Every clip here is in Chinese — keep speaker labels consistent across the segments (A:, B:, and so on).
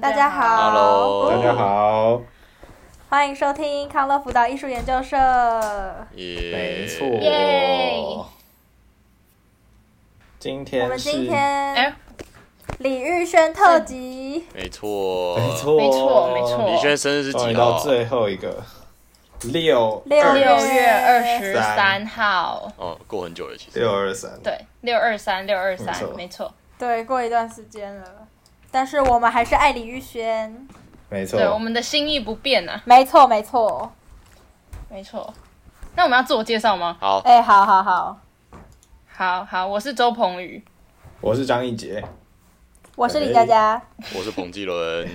A: 大家好哦
B: Hello
C: 大家
D: 哦
C: 好，
A: 欢迎收听康乐辅导艺术研究社。
B: 也
C: 没错。
D: 耶
C: 今
A: 我
C: 天
A: 们
C: 是
A: 今天
D: 哎，
A: 李玉轩特辑，
B: 没错，
C: 没。错
D: 没错没错
B: 李轩生日是
C: 终于
B: 几
C: 到
B: 号？
C: 最后一个六
A: 六
D: 六
C: 二
D: 月二十三号，
B: 哦，过很久了，其实。
C: 六二三，
D: 对，六二三，六二
C: 没错
D: 三，没错。
A: 对，过一段时间了，但是我们还是爱李玉轩。
C: 没错
D: 对，，我们的心意不变啊，
A: 没错，没错。
D: 没错。那我们要自我介绍吗？
B: 好，
A: 哎，好好好，
D: 好好，我是周鹏宇。
C: 我是张一杰，
A: 我是李佳佳，
B: 我是彭继 伦。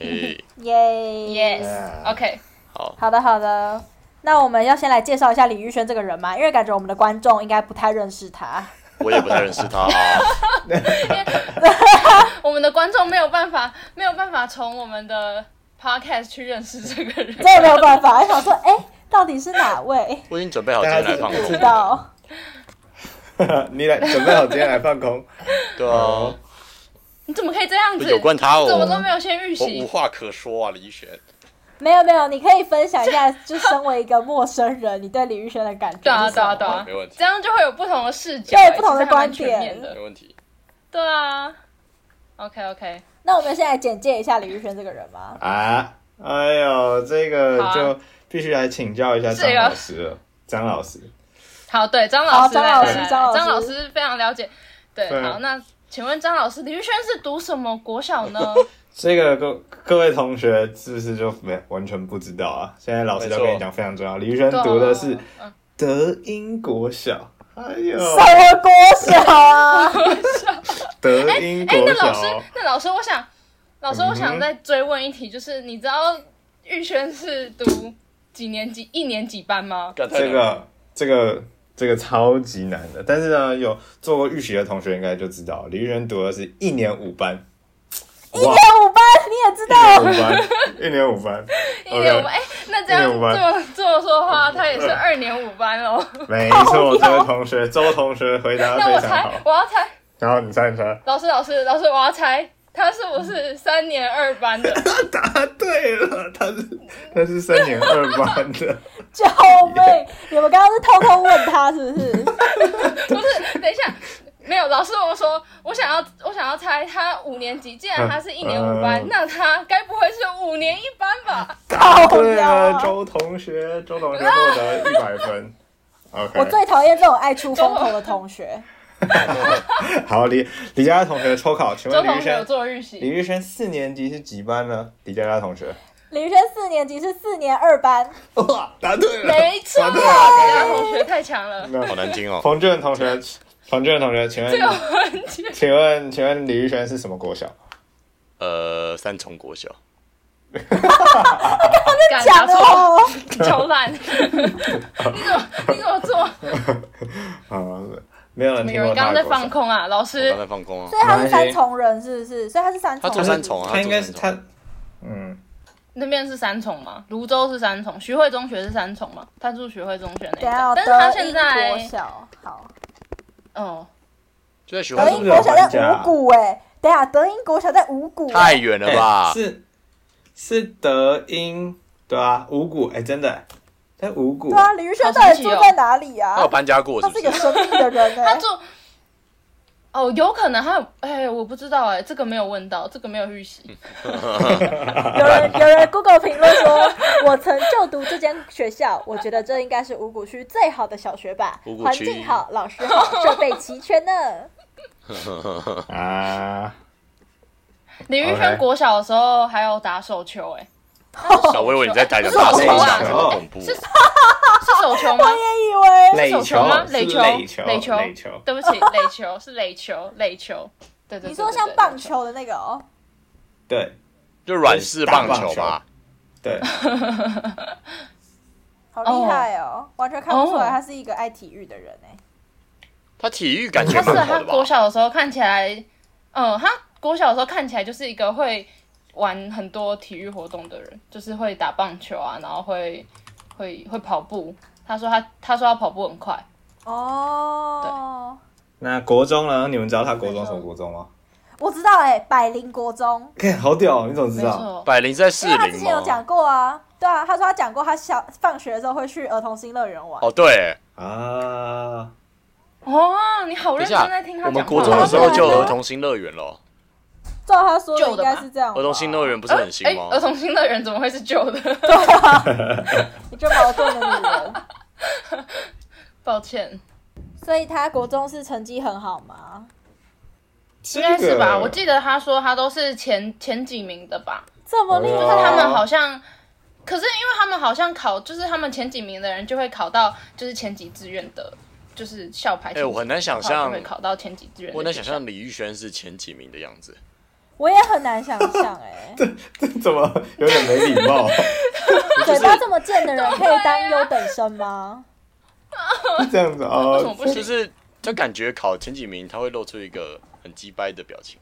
B: 诶，
A: 耶
D: Yes，OK，、
C: Yeah
D: OK，
B: 好，
A: 好的，好的。那我们要先来介绍一下李玉轩这个人嘛，因为感觉我们的观众应该不太认识他。
B: 我也不太认识他。
D: 我们的观众没有办法，没有办法从我们的 podcast 去认识这个人。
A: 这也没有办法，还想说，哎、到底是哪位？
B: 我已经准备好今天来放
A: 不知
B: 空了。
A: 道。
C: 你来准备好今天来 放空？
B: 对啊，
D: 你怎么可以这样子？
B: 有关他
D: 你怎么都
B: 哦，
D: 没有先预
B: 我无
D: 习？
B: 话可说啊，李轩。
A: 没有没有，你可以分享一 下，就身为一个陌生人，你对李宇轩的感觉是
D: 对啊，
A: 什
D: 对啊，
A: 么
D: 对啊，
B: 没问题
D: 这样就会有不同的视角，
A: 对
D: 其实
A: 不同的
D: 还蛮
A: 观
D: 全面
A: 点
D: 的
B: 没问题。
D: 对啊，OK OK，
A: 那我们现在简介一下李宇轩这个人吧。
C: 啊，哎呦，这个
D: 好啊啊
C: 就必须来请教一下张
D: 这个
C: 老师了，张老师，
D: 好，对张老师，
A: 好张老师
D: 来来来
A: 张老师
D: 张老师非常了解。对，
C: 对
D: 好，那请问张老师，李玉轩是读什么国小 呢？
C: 这个各各位同学是不是就没完全不知道啊？现在老师都
B: 没错
C: 跟你讲非常重要，李宇轩
D: 对啊
C: 读的是
D: 嗯
C: 德英国小，哎 呦，
A: 什么国小啊？
C: 德英
D: 哎，
C: 国
D: 那老
C: 小
D: 师
C: 哦，，
D: 那老师，我想，老师，
C: 嗯哼
D: 我想再追问一题，就是你知道玉轩是读几年级、一年级班吗？
B: 干太
C: 这
B: 难了
C: 个这个这个超级难的，但是呢，有做过预习的同学应该就知道，李宇轩读的是一年五班，哇，
A: 练舞班你也知 道，
C: 一年五班，一年
D: 一年五
C: 五班
D: 班，
C: ，OK，
D: 哎，那这样
C: 一年
D: 这
C: 五班
D: 么这么说的话，他也是二年五班喽。
C: 没错，这位同学周同学回答的
D: 那我
C: 非常
D: 猜
C: 好，，
D: 我要猜，
C: 然后你猜你猜，
D: 老师，老师，老师，我要猜，他是不是三年二班的？
C: 答对了，他是他是三年二班的。
A: 救 命！你们刚刚是偷偷问他是不是？
D: 不是，等一下，没有老师我说，我想要我想要猜他五年级，既然他是一年五班，
C: 嗯嗯
D: 那他该不会是五年一班吧？
C: 答对了，周同学，周同学获得一百分。OK，
A: 我最讨厌这种爱出风头的同学。
C: 好，李李佳佳同学抽考，请
D: 周
C: 问李
D: 同
C: 玉
D: 学有
C: 轩，
D: 做预
C: 李
D: 习，
C: 玉轩四年级是几班呢？李佳佳同学，
A: 李宇轩四年级是四年二 班，
C: 哇，答对了，
D: 没错，
C: 答
D: 其
C: 对了。
D: 他同学太强了，
C: 那
B: 好难听 哦。
C: 彭俊同学，彭俊同学，请问
D: 这，个环节
C: 请问，请问李玉轩是什么国小？
B: 呃，三重国小，
D: 敢答
A: 假的
D: 错，
A: 哦。
D: 超烂，你怎么你怎么做？
C: 啊，没有人听
D: 有
C: 过
D: 人刚
C: 他
D: 刚
C: 的
D: 在
C: 国
D: 放
C: 小。
D: 空啊，老
B: 我
D: 师
B: 刚才放空啊
A: 所。以他是三重人是不是？所以他是三重
B: 他住
A: 人。
B: 三重啊，
C: 他应该是
B: 住三
C: 他
B: 重，
C: 嗯，
D: 那边是三重嘛，泸州是三重，徐汇中学是三重嘛，他住徐汇中学那一
A: 等一
D: 带
A: 下，，
D: 但是他
A: 德
D: 现
A: 英
D: 在
A: 国小好。
D: 哦，
B: 就在学
A: 德
B: 校
C: 哎
A: 英
B: 中
A: 国小在五股哎、等一下德英国小在五股、
B: 太远了吧？
C: 哎是是德英对啊，五谷哎，真的在五谷
A: 对啊，李宇轩到底住在哪里
B: 他
A: 啊
B: 有？搬家过
A: 他
B: 是
A: 是
B: 不
A: 一个
B: 是？
A: 神秘的人哎、
D: 他住哦，有可能他有哎、我不知道哎、这个没有问到，这个没有预习。
C: 嗯
A: 有人有人 Google 评论说， 我曾就读这间学校，我觉得这应该是五股区最好的小学吧
B: 五，股
A: 环
B: 区
A: 境好，老师好，设备齐全呢。
C: 啊，
D: 李玉
C: OK
D: 轩国小的时候还有打手球、哎，
B: 小薇薇，你在打讲
D: 不是
B: 大
D: 我
B: 手
D: 说啊
B: 枪，这么恐怖。
D: 是 是手球吗
A: 我？也以为
C: 垒
D: 手球吗？垒
C: 球
D: 球，
C: 是垒
D: 垒
C: 球，垒球，
D: 对不起，垒球是垒球，垒球。对对对
A: 你说像棒，球的那个哦，
C: 对
B: 就软式棒球嘛，
C: 对，
A: 好厉害哦，完全看不出来
D: 哦
A: 他是一个爱体育的人哎、
B: 他体育感
D: 对
B: 觉
D: 对对 他
B: 蛮
D: 是
B: 好
D: 他
B: 的
D: 国
B: 吧？
D: 小的时候看起来，嗯，他国小的时候看起来就是一个会玩很多体育活动的人，就是会打棒球啊，然后会会会跑步。他说他他说他跑步很快，
A: 哦。
C: 那国中呢？你们知道他国中什么国中吗？
A: 我知道哎、百灵国中，
C: 看好屌哦，你怎么知
D: 没
C: 道？
D: 错，
B: 百灵在士
A: 因为他之
B: 林
A: 前有
B: 吗
A: 讲？过啊，对啊，他说他讲过，他小放学的时候会去儿童新乐园玩。
B: 哦，对，
C: 啊，
D: 哦，你好
B: 等一
D: 认
B: 下
D: 真在听，他
B: 我
D: 讲话哦
B: 们国中的时候就有儿
A: 对
B: 童新乐园了，
A: 照他说的
D: 旧
A: 应
D: 的
A: 该
D: 吧
A: 是这样吧，
B: 儿童新乐园不是很新
D: 哎，
B: 吗？
D: 儿童新乐园怎么会是旧的？
A: 你就矛盾的女人。
D: 抱歉，
A: 所以他国中是成绩很好
B: 哦
A: 吗？
C: 这
D: 应该是吧？
C: 个
D: 我记得他说他都是前前几名的吧，
A: 这么厉
B: 哦
C: 就
D: 就是
A: 害，
D: 他们好像。可是因为他们好像考，就是他们前几名的人就会考到，就是前几志愿的，就是校牌前几。
B: 哎我很难想象
D: 然后就会考到前几志愿的学校。
B: 我能想象李玉轩是前几名的样子，
A: 我也很难想象 哎、
C: 怎么有点没 礼貌？
A: 嘴巴这么贱的人可以当优等生吗？
C: 这样子
D: 为什么
C: 哦，
D: 不行？
B: 呃就是他感觉考前几名，他会露出一个很鸡掰的表情。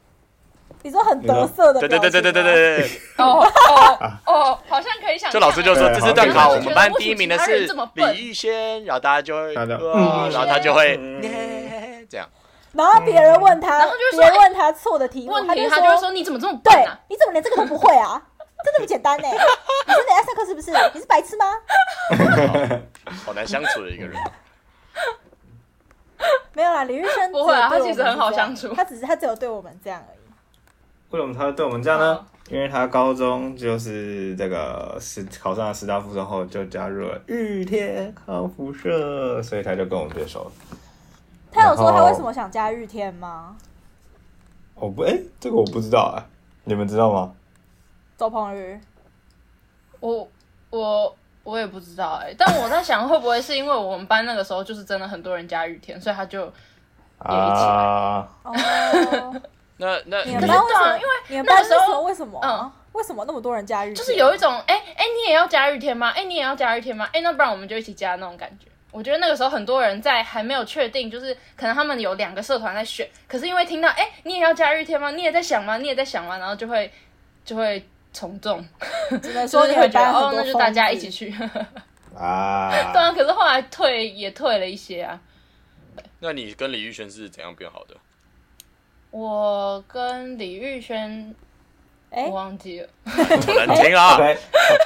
A: 你说很得瑟的，
B: 对对对对对对。对对，
D: 哦哦哦，好像可以想象。
B: 就老师就说
C: 对
B: 这次段考
C: 好
B: 我们班
D: 觉得
B: 第一名的
D: 为什么其他
B: 是
D: 人这么笨
B: 李玉轩，然后大家就会
C: 大家
B: 哇，
C: 嗯
B: 然后他就会
C: 嗯
B: 耶这样。
A: 然后别人问他，
D: 嗯然后就说哎
A: 别人问他错的题目，
D: 问题，
A: 他
D: 他就会说：“你怎么这么笨
A: 对
D: 啊，
A: 你怎么连这个都不会啊？ 就这么简 单呢、你真的爱上课是不是？你是白痴吗？
B: 好难相处的一个人。
A: 没有啦，李玉轩
D: 不会啊
A: 只有对
D: 他其实
A: 我们
D: 很好
A: 这样
D: 相处
A: 他只是他只有对我们这样而已。
C: 为什么他会对我们这样呢？因为他高中就是这个师考上了师大附中后，就加入了日天康复社，所以他就跟我们变熟了。
A: 他有说
C: 然
A: 他
C: 后
A: 为什么想加日天吗？
C: 我不哎、这个我不知道哎、你们知道吗？
A: 周鹏宇，？”
D: 我我我也不知道哎、但我在想会不会是因为我们班那个时候就是真的很多人加雨天，所以他就也一起
C: 啊，
A: 哦，
B: 那那
A: 你
B: 你
A: 们班为什
D: 对啊
A: 么？
D: 因为
A: 你们
D: 那
A: 班
D: 个时候
A: 那时候为什么？
D: 嗯
A: 为什么那么多人加日天？
D: 就是有一种哎哎、你也要加雨天吗？哎、你也要加雨天吗？哎、那不然我们就一起加那种感觉。我觉得那个时候很多人在还没有确定，就是可能他们有两个社团在选，可是因为听到哎、你也要加日天吗？你也在想吗？你也在想吗？然后就会就会从众，
A: 只能
D: 就
A: 说
D: 是
A: 你
D: 会
A: 们
D: 觉得
A: 班很
D: 哦
A: 多，
D: 那就大家一
A: 疯子
D: 起去。
C: 啊，
D: 对啊，可是后来退也退了一些啊。
B: 那你跟李玉轩是怎样变好的？
D: 我跟李玉轩，
A: 哎
D: 我，忘记了，
B: 好难 听啊！
C: 对，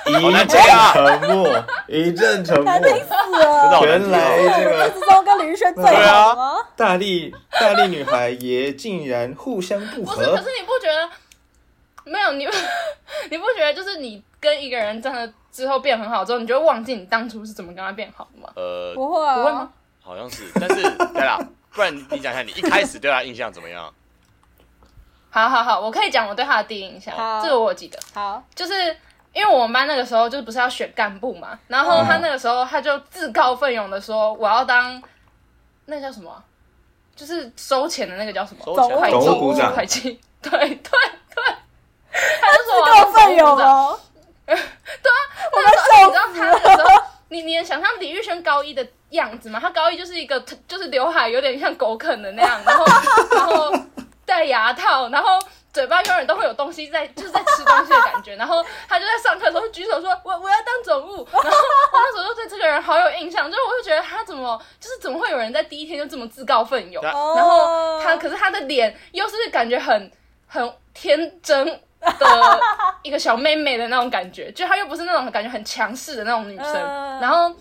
C: 一
B: 难
C: 阵
B: 听啊
C: 沉默，一阵沉默
A: 难。听死了！
B: 真的
C: 原来这
A: 我
C: 个
A: 之中跟李玉轩最
C: 啊
A: 好啊吗？
C: 大力大力女孩也竟然互相不
D: 不是，可
C: 合
D: 是，你不觉得没有你， 你不觉得就是你跟一个人真的之后变很好之后，你就会忘记你当初是怎么跟他变好的吗？
B: 呃，
A: 不会
D: 不会吗
A: 啊，？
B: 好像是，但是 对啦，不然你讲一下你一开始对他印象怎么样？
D: 好好好，我可以讲我对他的第一印象
A: 好，
D: 这个我有记得。
A: 好，
D: 就是因为我们班那个时候就是不是要选干部嘛，然后他那个时候他就自告奋勇的说我要当那叫什么啊、就是收钱的那个叫什么？
B: 收
A: 走
B: 起来
A: 走
C: 总务股长
D: 会计，对对对，他就说我要当总
A: 够奋
D: 务
A: 勇
D: 股长。
A: 哦！
D: 那个时候你知道他那个时候，你你能想象李玉轩高一的样子吗？他高一就是一个就是刘海有点像狗啃的那样，然后然后戴牙套，然后。嘴巴永远都会有东西在，就是在吃东西的感觉。然后他就在上课的时候举手说：“我我要当总务。”然后我那时候就对这个人好有印象，就是我就觉得他怎么就是怎么会有人在第一天就这么自告奋勇？
B: 对
A: 然
D: 然
A: 哦
D: 后他，可是他的脸又是感觉很很天真的一个小妹妹的那种感觉，就她又不是那种感觉很强势的那种女生。
A: 嗯
D: 然后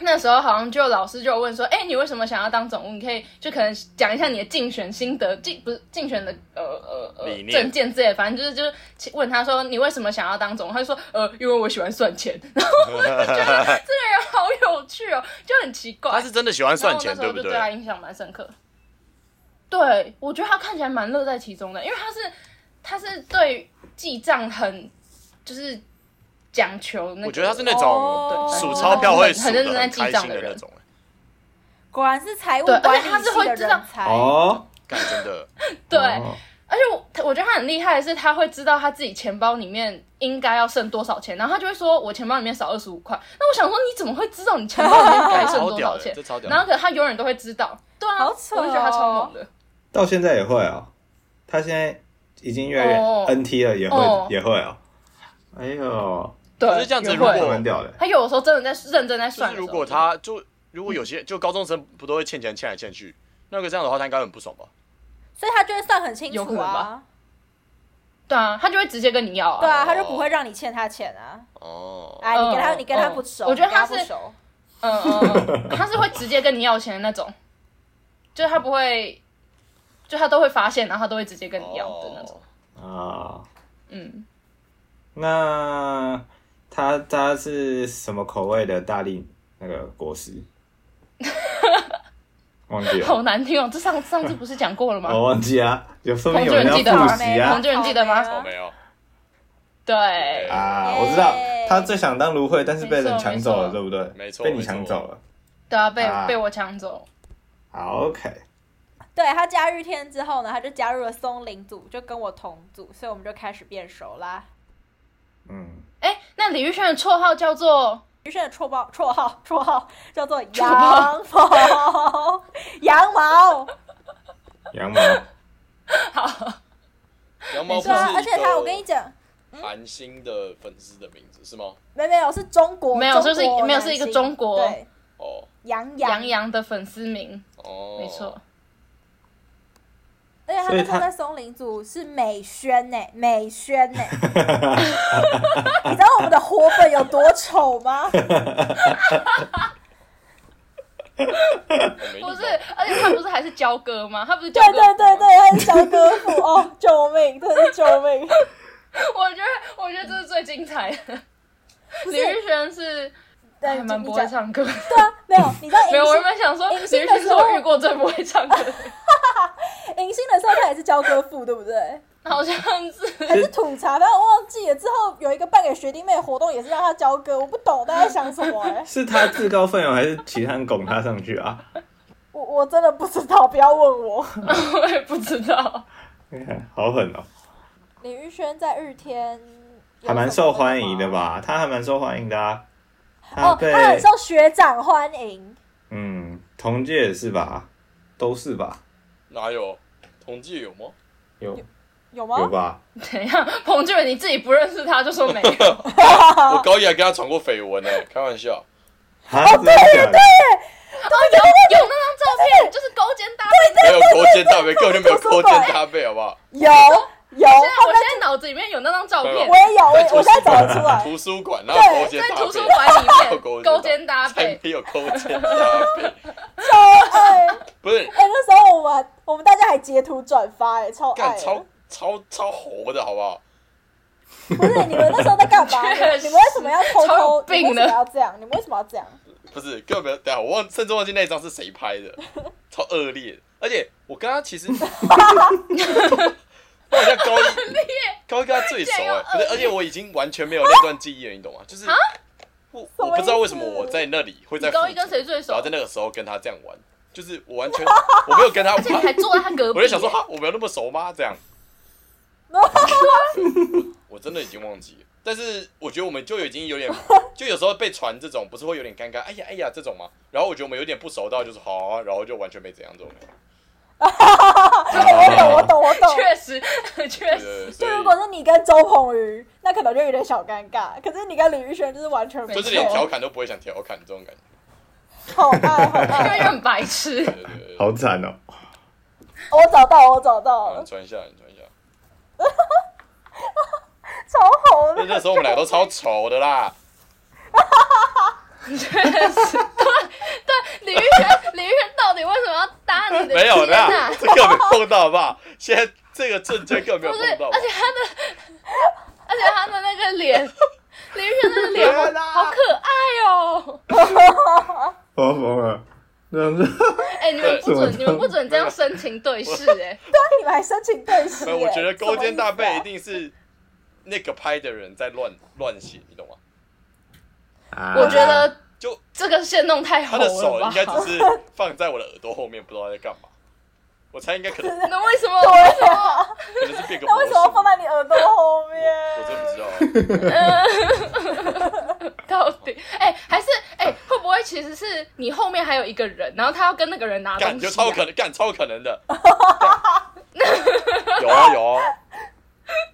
D: 那时候好像就老师就有问说：“哎、你为什么想要当总务？你可以就可能讲一下你的竞选心得，竞不是竞选的呃呃
B: 理
D: 呃
B: 念
D: 证件之类的，反正就是就是问他说你为什么想要当总务？他就说呃因为我喜欢算钱。 然后我就觉得这个人好有趣哦，就很奇怪。
B: 他是真的喜欢
D: 然后
B: 算钱，
D: 那时
B: 对
D: 候
B: 不
D: 就
B: 对
D: 对？啊他印象蛮深刻。对，我觉得他看起来蛮乐在其中的，因为他是他是对记账很就是讲求那个，
B: 我觉得他是那
A: 哦
B: 种
D: 对
B: 数钞票会数
D: 很认
B: 的
D: 真在
B: 很
D: 记
B: 开
D: 账
B: 心
D: 的
B: 的
D: 人
B: 那种，欸
A: 果然是财务
D: 对而且
A: 管理
D: 他是会
A: 系的
D: 知道
A: 人才。
C: 哦，
B: 干真的，
D: 对，
C: 哦
D: 而且我他我觉得他很厉害的是，他会知道他自己钱包里面应该要剩多少钱，然后他就会说我钱包里面少二十五块。那我想说你怎么会知道你钱包里面该剩
B: 超
D: 多
B: 屌
D: 少
B: 的，
D: 钱
B: 这？超屌
D: 然
B: 的。
D: 后可能他永远都会知道，对啊，
A: 好扯哦
D: 我就觉得他超猛的。
C: 到现在也会哦，他现在已经越来越
D: 哦
C: NT 了，也会、
D: 哦
C: 也会哦。哎呦，
D: 对，
B: 可是这样子
D: 也
B: 如
D: 会
B: 果
C: 蛮屌的。
D: 他有时候真的在认真在
B: 就
D: 算
B: 是
D: 的时候。
B: 如果他就如果有些就高中生不都会欠钱欠来欠去，那个这样的话他应该很不爽吧？
A: 所以他就会算很清
D: 有可
A: 楚
D: 能
A: 啊
D: 吧。对啊，他就会直接跟你要啊。
A: 对啊，
C: 哦
A: 他就不会让你欠他钱啊。
B: 哦，
A: 哎，你跟他，
D: 嗯
A: 你跟他
D: 嗯
A: 不熟，
D: 我觉得
A: 你跟
D: 他
A: 他不
D: 是
A: 熟。
D: 嗯嗯，嗯他是会直接跟你要钱的那种，就是他不会，就他都会发现，然后他都会直接跟你要的那
B: 哦
D: 种。
C: 啊。
D: 嗯，
C: 那它它是什么口味的大力那个果实？忘记了，
D: 好难听哦，这上上次不是讲过了
C: 我、
D: 吗？
C: 忘记啊，有说明有人要
D: 同志们
C: 复
A: 记
C: 习
A: 得
C: 啊
A: 吗
D: 同志人记得吗？
A: 草
B: 哦，
A: 莓
B: 没有，
D: 对，
C: 啊！我知道
A: 耶
C: 他最想当芦荟，但是被人抢走
D: 没
C: 了，
D: 错
C: 对不对？
B: 没错
C: 被你抢走了。
D: 对啊，被
C: 啊
D: 被我抢走。
C: 好，OK，
A: 对他加入天之后呢，他就加入了松林组，就跟我同组，所以我们就开始变熟啦。
C: 嗯，
D: 哎，那李玉轩的绰号叫做
A: 于是的绰号绰号绰号叫做羊 毛，羊毛。
C: 羊毛
B: 羊 毛不
A: 对
B: 是
A: 啊，而且他，我跟你
B: 一
A: 讲，
B: 个韩星的粉丝的名字是吗？
A: 没没有是中国，
D: 没有
A: 中国
D: 就是没有
A: 男
D: 是一个
A: 星
D: 中国
A: 对，
B: 哦
A: 杨
D: 杨
A: 洋，
D: 洋的粉丝名，
B: 哦，
D: 没错。
A: 而且他
C: 所以
A: 那时候在
C: 他
A: 松林组是美宣呢、欸美宣 呢、你知道我们的活粉有多丑 吗？
B: 我没印象，
D: 不是，而且他不是还是焦哥吗？他不是焦
A: 对
D: 哥。
A: 对对对，他是小哥 傅哦，救命，真的是救命！
D: 我觉得我觉得这是最精彩的。
A: 不是
D: 李玉轩是
A: 对，
D: 还
A: 你
D: 蛮
A: 你
D: 不会
A: 讲
D: 唱歌的。
A: 对啊，没有，你知道
D: 没有，我原
A: 迎
D: 本想说李
A: 迎
D: 玉
A: 新的
D: 轩是
A: 时候
D: 我遇过最不会唱歌的人，
A: 新迎新的时候他也是教歌傅，对 不对？
D: 好像是。
A: 还是吐槽，但我忘记了。之后有一个办给学弟妹的活动，也是让他教歌，我不懂他在想什么 哎、
C: 是他自告奋勇，还是其他人拱他上去啊？
A: 我我真的不知道，不要问我。
D: 我也不知道。
C: 好狠哦，
A: 李玉轩在日天有
C: 还蛮
A: 什么
C: 受欢迎的
A: 吗？
C: 吧？他还蛮受欢迎的啊。他
A: 哦，
C: 被、
A: 他很受学长欢迎。
C: 嗯，同届也是吧？都是吧？
B: 哪有统计有吗？
C: 有
A: 有吗？
C: 有吧？
D: 怎样？彭俊仁你自己不认识他就 说没有？
B: 我高一还跟他传过绯闻呢， 开玩笑。
C: 啊，真的假的？
D: 哦有那张照片，就是勾肩搭背。
B: 没有勾肩搭背，根本就没有勾肩搭背，好不好？
A: 有有，
D: 现
B: 哦
D: 在
A: 他
D: 我
A: 们
D: 现在脑子里面有那张照
B: 没
D: 片
B: 有
A: 我，也有，我我现在找得出来。
B: 图书馆然后勾肩
D: 在
B: 搭
D: 图书
B: 背，
D: 馆里
B: 有
D: 面
B: 勾肩搭
D: 勾肩搭
B: 才
D: 背。
B: 没有勾 肩搭背，
A: 超爱
B: 不是
A: 哎、那时候我们还我们大家还截图转发哎、超爱
B: 干
A: 的
B: 超超超猴的好不好？
A: 不是你们那时候在干嘛？你们
D: 确实
A: 你们为什么要偷
D: 超
A: 偷
D: 有？病
A: 你们为什
D: 的
A: 么要这样？你们为什么要这样？
B: 不是，根本没有。等一下我忘，甚至忘记那一张是谁拍的，超恶劣的。而且我跟他其实， 我好像高一，高一跟他最熟
D: 竟然
B: 哎、
D: 有
B: 不是，
D: 恶啊
B: 而且我已经完全没有那段记忆了，你懂吗？就是我我不知道为什么
A: 什么意思
B: 我在那里会在
D: 你高一
B: 附
D: 跟
B: 近
D: 谁最熟
B: 然后在那个时候跟他这样玩，就是我完全我没有跟他
D: 而且你还
B: 玩，
D: 坐在他隔壁。
B: 我 就想说哈，我没有那么熟吗？这样，我真的已经忘记了。但是我觉得我们就已经有点，就有时候被传这种，不是会有点尴尬，哎呀哎呀这种吗？然后我觉得我们有点不熟到就是好啊，然后就完全没怎样这种。哎
A: 我懂，我懂，我懂。
D: 确实，确
B: 对
D: 实，
B: 对对，
A: 就
B: 所
A: 如果
B: 以
A: 是你跟周鹏宇，那可能就有点小尴尬。可是你跟李宇轩就是完全没
B: 就是
A: 有，
B: 连调侃都不会想调侃这种感觉。
A: 好爱好
D: 因
A: 爱。
D: 为很白痴。
B: 对对对，
C: 好惨哦！
A: 我找到，我找到
B: 好，
A: 了
B: 你，传一下，你传一下。
A: 超红
B: 那
A: 的。
B: 那时候我们两个都超丑的啦，
D: 确实，对对，李玉轩，李玉轩到底为什么要搭你的？啊
B: 没有
D: 天
B: 啦
D: 呐，，
B: 这个没碰到好不好？现在这个瞬间根本没有
D: 不是，
B: 碰到
D: 而。且他的， 而且他的那个脸，李玉轩那个脸
B: 天哪
D: 好好可爱哦。
C: 我要 疯了，这样子
D: 哎，你们不
C: 对
D: 准，你们不准这样深情对视哎。
A: 你们还申请对视、
B: 没
A: 欸？
B: 有，呃我觉得勾肩搭背一
A: 什么意
B: 定
D: 啊
B: 是那个拍的人在乱乱写，你懂吗？
C: 啊
D: 我觉得
B: 就
D: 这个线弄太
B: 他
D: 红
B: 的
D: 了
B: 手
D: 吧
B: 应？该只是放在我的耳朵后面，不知道在干嘛。我猜应该可能
D: 那为什么？
A: 思啊。对啊，
B: 可能是变个
A: 那
B: 魔
A: 为
B: 术
A: 什么要放在你耳朵后面？
B: 我真不知道。
D: 到底？哎、还是哎、会不会其实是你后面还有一个人，然后他要跟那个人拿东西、
B: 干
D: 啊？
B: 就超可能，干超可 能的。干有啊有啊，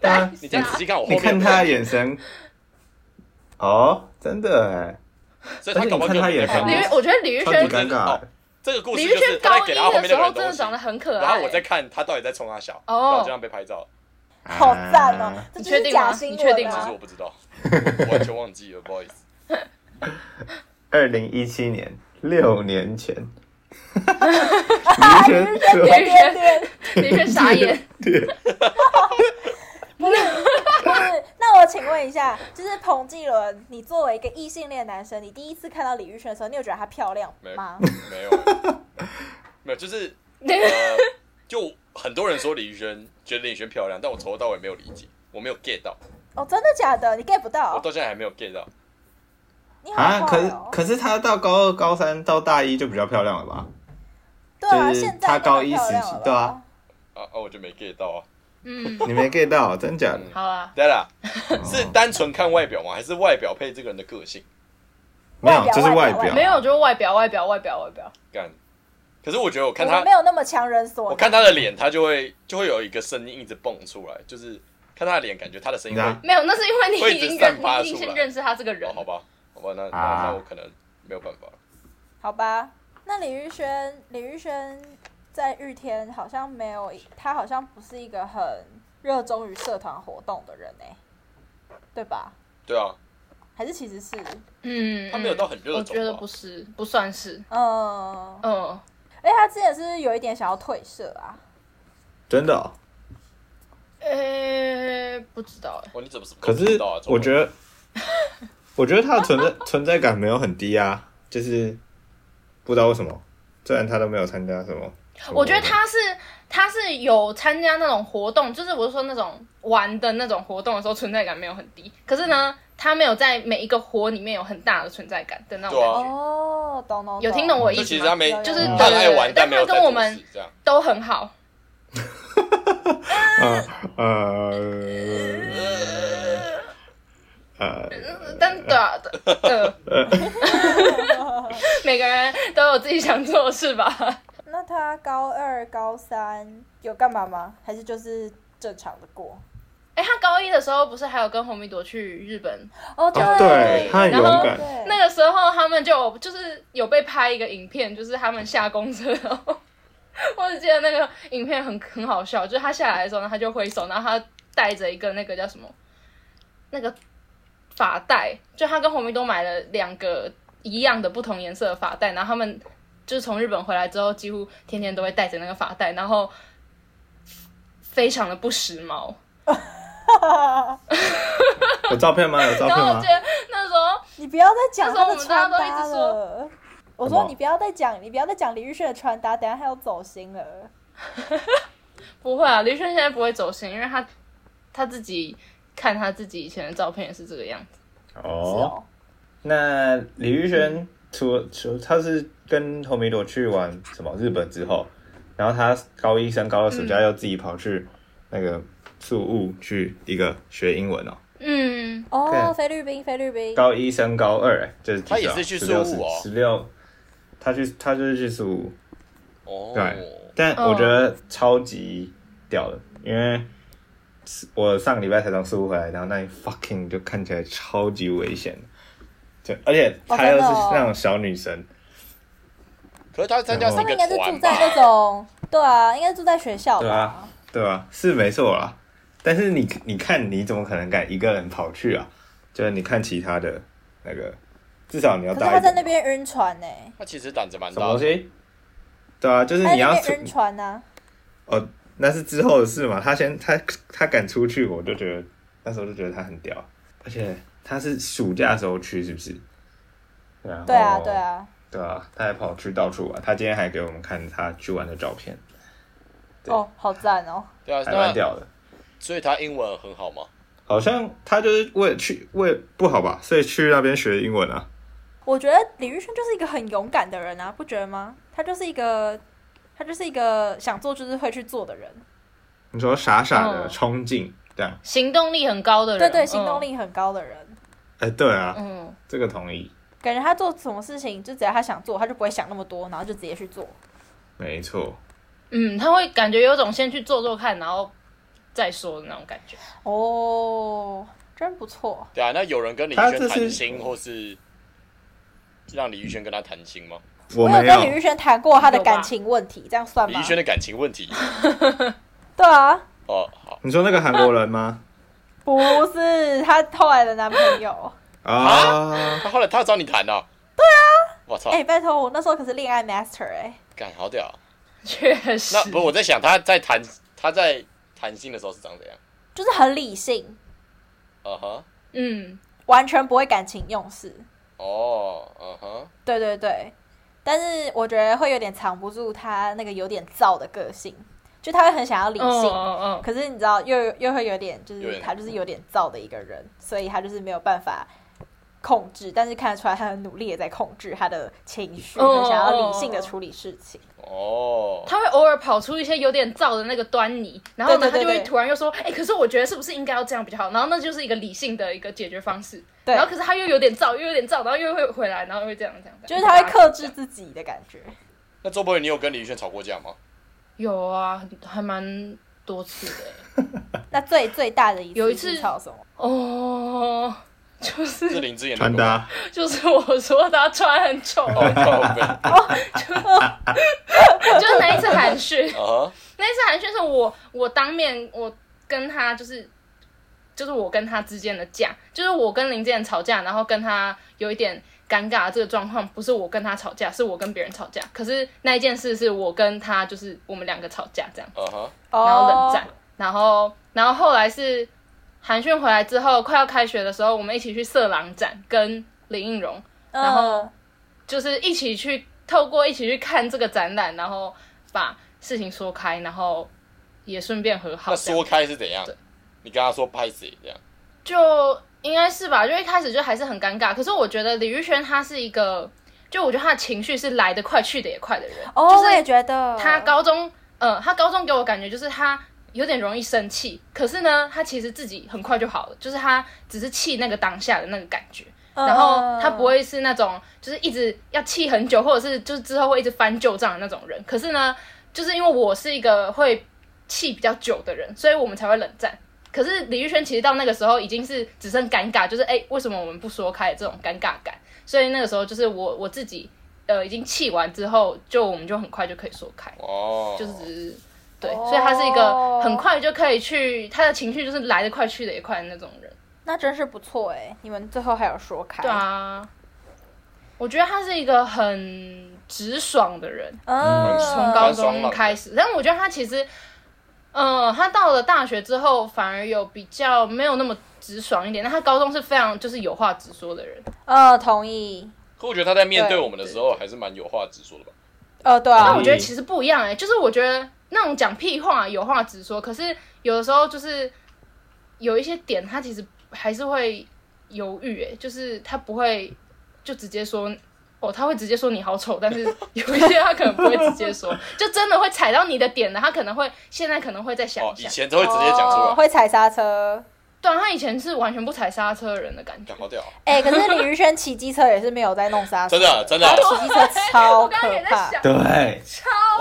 C: 啊
B: 你这样仔细看我后
C: 你
B: 面，
C: 看他的眼神，哦，真的哎，
B: 所以他搞不好
C: 而且你看他
B: 就
C: 眼神
D: 李玉，我觉得李玉
C: 超级
D: 轩，
C: 尴尬
B: 哦
C: 哎。
B: 这个故事
D: 李
B: 就
D: 玉
B: 是
D: 轩
B: 他
D: 高
B: 在给
D: 一
B: 他后面
D: 的时
B: 那个
D: 候
B: 人
D: 真
B: 东
D: 的
B: 西，
D: 长得很可爱。啊
B: 然后我在看他到底在冲他小，
D: 哦
B: 然后就让被拍照。
A: 好赞哦、
C: 啊
A: 这就
D: 确
A: 是
D: 定吗
A: 假新
D: 你确
A: 闻
D: 定
B: 其实
A: 啊
D: 吗！
B: 我不知道，我完全忘记了，不好意思。
C: 二零一七年，六年前，
A: 啊
C: 李宇轩说
D: 李玉
A: 对
D: 轩，
A: 对，
D: 李玉轩傻 眼。
A: 不是。那我请问一下，就是彭继伦，你作为一个异性恋男生，你第一次看到李玉轩的时候，你有觉得她漂亮
B: 没有
A: 吗？
B: 没有，没 有，就是呃，就很多人说李宇轩觉得李宇轩漂亮，但我从头到尾没有理解，我没有 get 到，
A: 哦，真的假的？你 get 不
B: 我
A: 到？
B: 到现在还没有 get 到。
A: 你好坏
C: 啊，
A: 哦！
C: 可是可是她到高二、高三到大一就比较漂亮了吧？
A: 对啊，
C: 就是
A: 现在
C: 她高
A: 应
C: 一
A: 该漂亮
C: 时期
A: 了吧哦
C: 对啊。
B: 啊啊！我就没 get 到啊！
D: 嗯，
C: 你没 get 到，真假的？
D: 好啊，
B: 对 啦，
C: 哦
B: 是单纯看外表吗？还是外表配这个人的个性？
C: 没有，就是
A: 外
C: 外
A: 表
B: 啊
C: 表，
D: 没有，就是外表，外表，外表，外表。
B: 干，可是我觉得我看
A: 我
B: 他
A: 们没，有那么强人所难。
B: 我看他的脸，他就会就会有一个声音一直蹦出来，就是看他的脸，感觉他的声音会。
C: 那
B: 哦，
D: 没有，那是因为
B: 会
D: 你
B: 一
D: 已
B: 直
D: 经
B: 散
D: 认，
B: 发
D: 你已经
B: 出来
D: 先认识他这个人。
B: 好吧，好吧，那那
C: 啊
B: 那我可能没有办法了。
A: 好吧，那李玉轩，李玉轩在日天好像没有，他好像不是一个很热衷于社团活动的人哎、对吧？
B: 对啊，
A: 还是其实是，
D: 嗯，
B: 他没有到很热
D: 我觉得
B: 衷吧啊
D: 不？是，不算是。
A: 嗯，
D: 嗯，
A: 哎，他之前是不是有一点想要退社啊？
C: 真的哦。
D: 呃，不知道哎。
B: 哦，你怎么是？
C: 可
B: 不知
C: 是
B: 道啊怎么
C: 我
B: 会
C: 觉得，我觉得他的存在 存在感没有很低啊，就是不知道为什么，虽然他都没有参加什么。
D: 我觉得他是他是有参加那种活动，就是我是说那种玩的那种活动的时候，存在感没有很低。可是呢，他没有在每一个活里面有很大的存在感的那种
B: 对啊
D: 感觉。
A: 哦，懂懂，
D: 有听
A: 懂
D: 懂我
B: 就
D: 意
B: 其
D: 思
B: 实他
D: 吗？
B: 没，
A: 就是
C: 嗯
B: 他
D: 对对
B: 爱玩
D: 对，
B: 但
D: 但
B: 没有
D: 他
B: 在
D: 跟
B: 做
D: 我们
B: 事这样。
D: 都很好，
C: 呃呃 呃，
D: 但对啊，对呃，每个人都有自己想做的事吧。
A: 那他高二、高三有干嘛吗？还是就是正常的过？
D: 哎，他高一的时候不是还有跟红米朵去日本？
A: 哦，对，
C: 啊对，他很勇敢，
A: 对
D: 那个时候他们就有就是有被拍一个影片，就是他们下公车，然后我只记得那个影片很很好笑，就是他下来的时候，然后他就挥手，然后他带着一个那个叫什么那个发带，就他跟红明都买了两个一样的不同颜色的发带，然后他们就是从日本回来之后，几乎天天都会带着那个发带，然后非常的不时髦。
C: 有照片吗？有照
D: 然
C: 片
D: 后我
C: 吗
D: 记？得那时候
A: 你不要再讲
D: 那时候
A: 他
D: 我
A: 的
D: 们大家
A: 穿
D: 都一
A: 搭
D: 直说
A: 了。我
C: 什
A: 说
C: 么
A: 你不要再讲，你不要再讲李玉轩的穿搭，等一下他要走心了。
D: 不会啊，李宇轩现在不会走心，因为他他自己看他自己以前的照片也是这个样子。
A: 是
C: 哦，
A: 哦，
C: 那李玉轩除除他是跟红米朵去玩什么日本之后，然后他高一升高二
D: 嗯
C: 暑假又自己跑去那个宿务去一个学英文哦。
D: 嗯，
A: 哦，
C: 对
A: 菲律宾，菲律宾，
C: 高一升高二、欸，就是
B: 他也是去宿
C: 十
B: 务哦
C: 十六，他去他就是去宿务，
B: 哦
C: 对，但
D: 哦
C: 我觉得超级屌的，因为是我上个礼拜才从宿务回来，然后那一 fucking 就看起来超级危险的，就而且
A: 哦
C: 她又
A: 真
C: 是
A: 的哦
C: 那种小女生，
B: 可是他参加是
A: 他
B: 一
A: 们
B: 个
A: 应该是住
B: 团
A: 在
B: 吧？
A: 那种，对啊，应该是住在学校
C: 对
A: 吧
C: 啊？对吧、是没错啦，但是你你看你怎么可能敢一个人跑去啊？就是你看其他的那个，至少你要
A: 可是
C: 大
A: 他
C: 一
A: 在
C: 点
A: 那
C: 吧。
A: 边晕船呢，
B: 他其实胆子蛮
C: 什么
B: 大
C: 东
B: 的，
C: 西？对啊，就是
A: 他在
C: 你要
A: 哎那
C: 出
A: 边晕船啊呢。
C: 哦，那是之后的事嘛。他先他他敢出去，我就觉得那时候就觉得他很屌，而且他是暑假的时候去，是不是？对啊，
A: 对啊，对，啊，
C: 对啊，他还跑去到处玩。他今天还给我们看他去玩的照片，对
A: 哦，好赞哦。
B: 对啊，
C: 还蛮
B: 那
C: 屌的。
B: 所以他英文很好嘛？
C: 好像他就是为了去为了不好吧，所以去那边学英文啊。
A: 我觉得李玉轩就是一个很勇敢的人啊，不觉得吗？他就是一个，他就是一个想做就是会去做的人，
C: 你说傻傻的
D: 嗯
C: 冲劲、这样？
D: 行动力很高的
A: 对啊
D: 人，
A: 对，
D: 嗯
A: 行动。力很高的人，
C: 哎、对啊，
D: 嗯，
C: 这个同意，
A: 感觉他做什么事情，就只要他想做，他就不会想那么多，然后就直接去做。
C: 没错。
D: 嗯，他会感觉有种先去做做看，然后再说的那种感觉。
A: 哦，真不错。
B: 对啊，那有人跟李宇
C: 他
B: 轩
C: 这是
B: 谈心，或是让李宇轩跟他谈心吗？
A: 有
C: 我没
A: 跟李玉
C: 有，
A: 轩谈过他的
D: 有吧
A: 感情问题，这样算
B: 李
A: 吗
B: 宇？轩的感情问题。
A: 对啊，
B: 哦，好
C: 你说那个韩国人吗？
A: 不是她后来的男朋 友。
C: 啊，
B: 他后来他找你谈的、对啊。我操
A: 哎、，拜托，我那时候可是恋爱 master 哎、
B: 干好屌！啊
D: 确实
B: 那不是我在想他在谈他在谈心的时候是长怎样？
A: 就是很理性，
B: 嗯哼，
D: 嗯，
A: 完全不会感情用事。
B: 哦，嗯哼，
A: 对对对，但是我觉得会有点藏不住他那个有点躁的个性，就他会很想要理
D: 嗯
A: 性，
D: 嗯嗯，
A: 可是你知道又又会有点就
B: 有
A: 是
B: 点
A: 他就是有点躁的一个人，所以他就是没有办法控制，但是看得出来他很努力也在控制他的情绪，
D: 哦
A: 很想要理性的处理事情。
B: 哦，
D: 他会偶尔跑出一些有点燥的那个端倪，然后呢，
A: 对对
D: 他
A: 对
D: 就会
A: 对
D: 突然又说，哎、可是我觉得是不是应该要这样比较好？然后那就是一个理性的一个解决方式。
A: 对
D: 哦然后可是他又有点燥，又有点燥，然后又会回来，然后又会这样这样。
A: 就是他会克制。自己的感觉，
B: 那周博宇，你有跟李宇轩吵过架吗？
D: 有啊，很还蛮多次的欸。
A: 那最最大的一次
D: 有一
A: 是
D: 次
A: 吵什么？
D: 哦，就是
B: 是林之妍的
C: 穿搭
D: 就是我说他穿很丑，
B: 狗吗。哦，靠背
D: 就是那一次寒暄，
B: 嗯哼，
D: 那一次寒暄是我我当面我跟他就是就是我跟他之间的架，就是我跟林建吵架，然后跟他有一点尴尬的这个状况，不是我跟他吵架，是我跟别人吵架。可是那一件事是我跟他就是我们两个吵架这样，
B: 嗯哼，
A: 然
D: 然后冷
A: 哦
D: 战，然后然后后来是寒暄回来之后，快要开学的时候，我们一起去色狼展跟林应荣。然后
A: 嗯
D: 就是一起去透过一起去看这个展览，然后把事情说开，然后也顺便和好
B: 那
D: 这样。
B: 啊说开是怎样
D: 对？
B: 你跟他说拍谁这样？
D: 就应该是吧，就一开始就还是很尴尬。可是我觉得李玉轩他是一个，就我觉得他的情绪是来得快去得也快的人。
A: 哦，
D: 就是
A: 我也觉得
D: 他高中，呃，他高中给我感觉就是他有点容易生气，可是呢，他其实自己很快就好了，就是他只是气那个当下的那个感觉。
A: 哦嗯
D: 然后他不会是那种就是一直要气很久，或者是就是之后会一直翻旧账的那种人。可是呢，就是因为我是一个会气比较久的人，所以我们才会冷战。可是李玉轩其实到那个时候已经是只剩尴尬，就是哎、为什么我们不说开的这种尴尬感？所以那个时候就是我我自己呃已经气完之后，就我们就很快就可以说开，
B: 哦，
D: 就是只是对，
A: 哦
D: 所以他是一个很快就可以去，他的情绪就是来得快去得也快的那种人。
A: 嗯那真是不错哎、你们最后还有说开，
D: 对啊，我觉得他是一个很直爽的人，
A: 嗯，
D: 从
B: 蛮
D: 高
B: 爽
D: 中
B: 朗的
D: 开始。但我觉得他其实，呃，他到了大学之后反而有比较没有那么直爽一点。但他高中是非常就是有话直说的人，
A: 呃，同意，
B: 可我觉得他在面对
A: 对
B: 我们的时候还是蛮有话直说的吧。
A: 呃，对
D: 但
A: 啊
D: 我，觉得其实不一样哎、就是我觉得那种讲屁话有话直说，可是有的时候就是有一些点他其实还是会犹豫哎、就是他不会就直接说。哦，他会直接说你好丑，但是有一些他可能不会直接说，就真的会踩到你的点的，他可能会现在可能会再想
B: 哦，
D: 一
B: 以
D: 下。
B: 前都会直接讲出
A: 哦
B: 来，
A: 会踩刹车。
D: 对啊，他以前是完全不踩刹车的人的感觉
B: 干。好屌哦，
A: 哎、可是李宇轩骑机车也是没有在弄刹车，
B: 真的啊真的
A: 他骑机车超
D: 我刚
A: 可
D: 刚也在
A: 怕。
D: 想，
C: 对，啊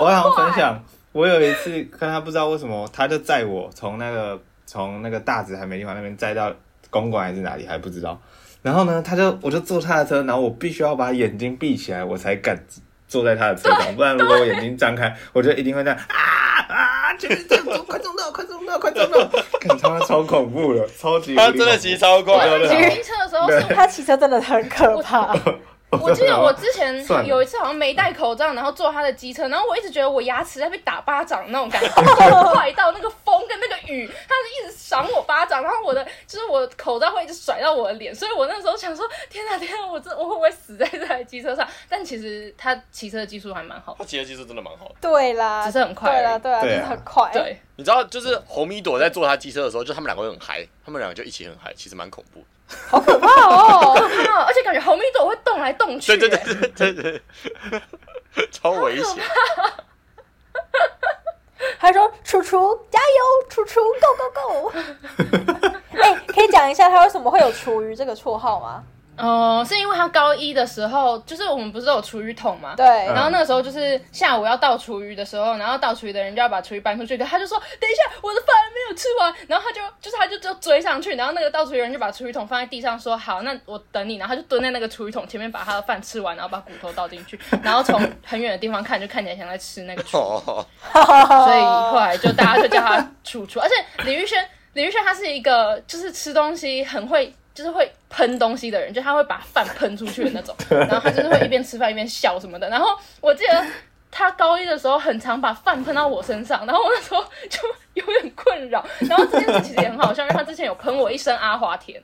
C: 我想分享，我有一次跟他不知道为什么，他就载我从那个从那个大直还没地方那边载到公馆还是哪里还不知道，然后呢，他就我就坐他的车，然后我必须要把眼睛闭起来，我才敢坐在他的车上，不然如果我眼睛张开，我就一定会那样啊啊，就是这样，快中到，快中到，快中到，看他妈超恐怖了，超级无敌
B: 他真的
C: 恐怖
B: 骑超
D: 我
B: 快，啊
D: 刚刚骑车的时候是
A: 他骑车真的很可怕，
D: 我 记得我之前
C: 算了
D: 有一次好像没戴口罩，然后坐他的机车，然后我一直觉得我牙齿在被打巴掌那种感觉，就是快到那个风跟那个雨，他是一直赏我巴掌，然后我的就是我口罩会一直甩到我的脸，所以我那时候想说，天哪、天哪、我这我会不会死在这台机车上？但其实他骑车的技术还蛮好，
B: 他骑的技术真的蛮好的。
A: 对啦，
D: 只是很快
A: 对
D: 而
A: 啦，
D: 已
A: 对啦，就
C: 对啊
A: 是很快，
D: 对，
B: 你知道，就是红米朵在坐他机车的时候，就他们两个会很嗨，他们两个就一起很嗨，其实蛮恐怖的。
A: 好可怕哦。
D: 啊而且感觉红米朵会动来动去、
B: 对对
D: 欸
B: 对对对对对，超危险。
A: 他说：“楚楚加油，楚楚 go go go。哎，可以讲一下他为什么会有“楚鱼”这个绰号吗？
D: 呃，是因为他高一的时候，就是我们不是都有厨余桶 吗？
A: 对，哎
C: 嗯
D: 然后那个时候就是下午要倒厨余的时候，然后倒厨余的人就要把厨余搬出去，可他就说等一下我的饭没有吃完，然后他就就是他就就追上去，然后那个倒厨余人就把厨余桶放在地上说好，那我等你，然后他就蹲在那个厨余桶前面把他的饭吃完，然后把骨头倒进去，然后从很远的地方看就看起来像在吃那个厨余，
B: 哦，
D: 所以后来就大家就叫他楚楚，而且李玉轩，李玉轩他是一个就是吃东西很会。就是会喷东西的人，就他会把饭喷出去的那种，然后他就是会一边吃饭一边笑什么的。然后我记得他高一的时候，很常把饭喷到我身上，然后我那时候就有点困扰。然后这件事其实也很好笑，因为他之前有喷我一身阿华田，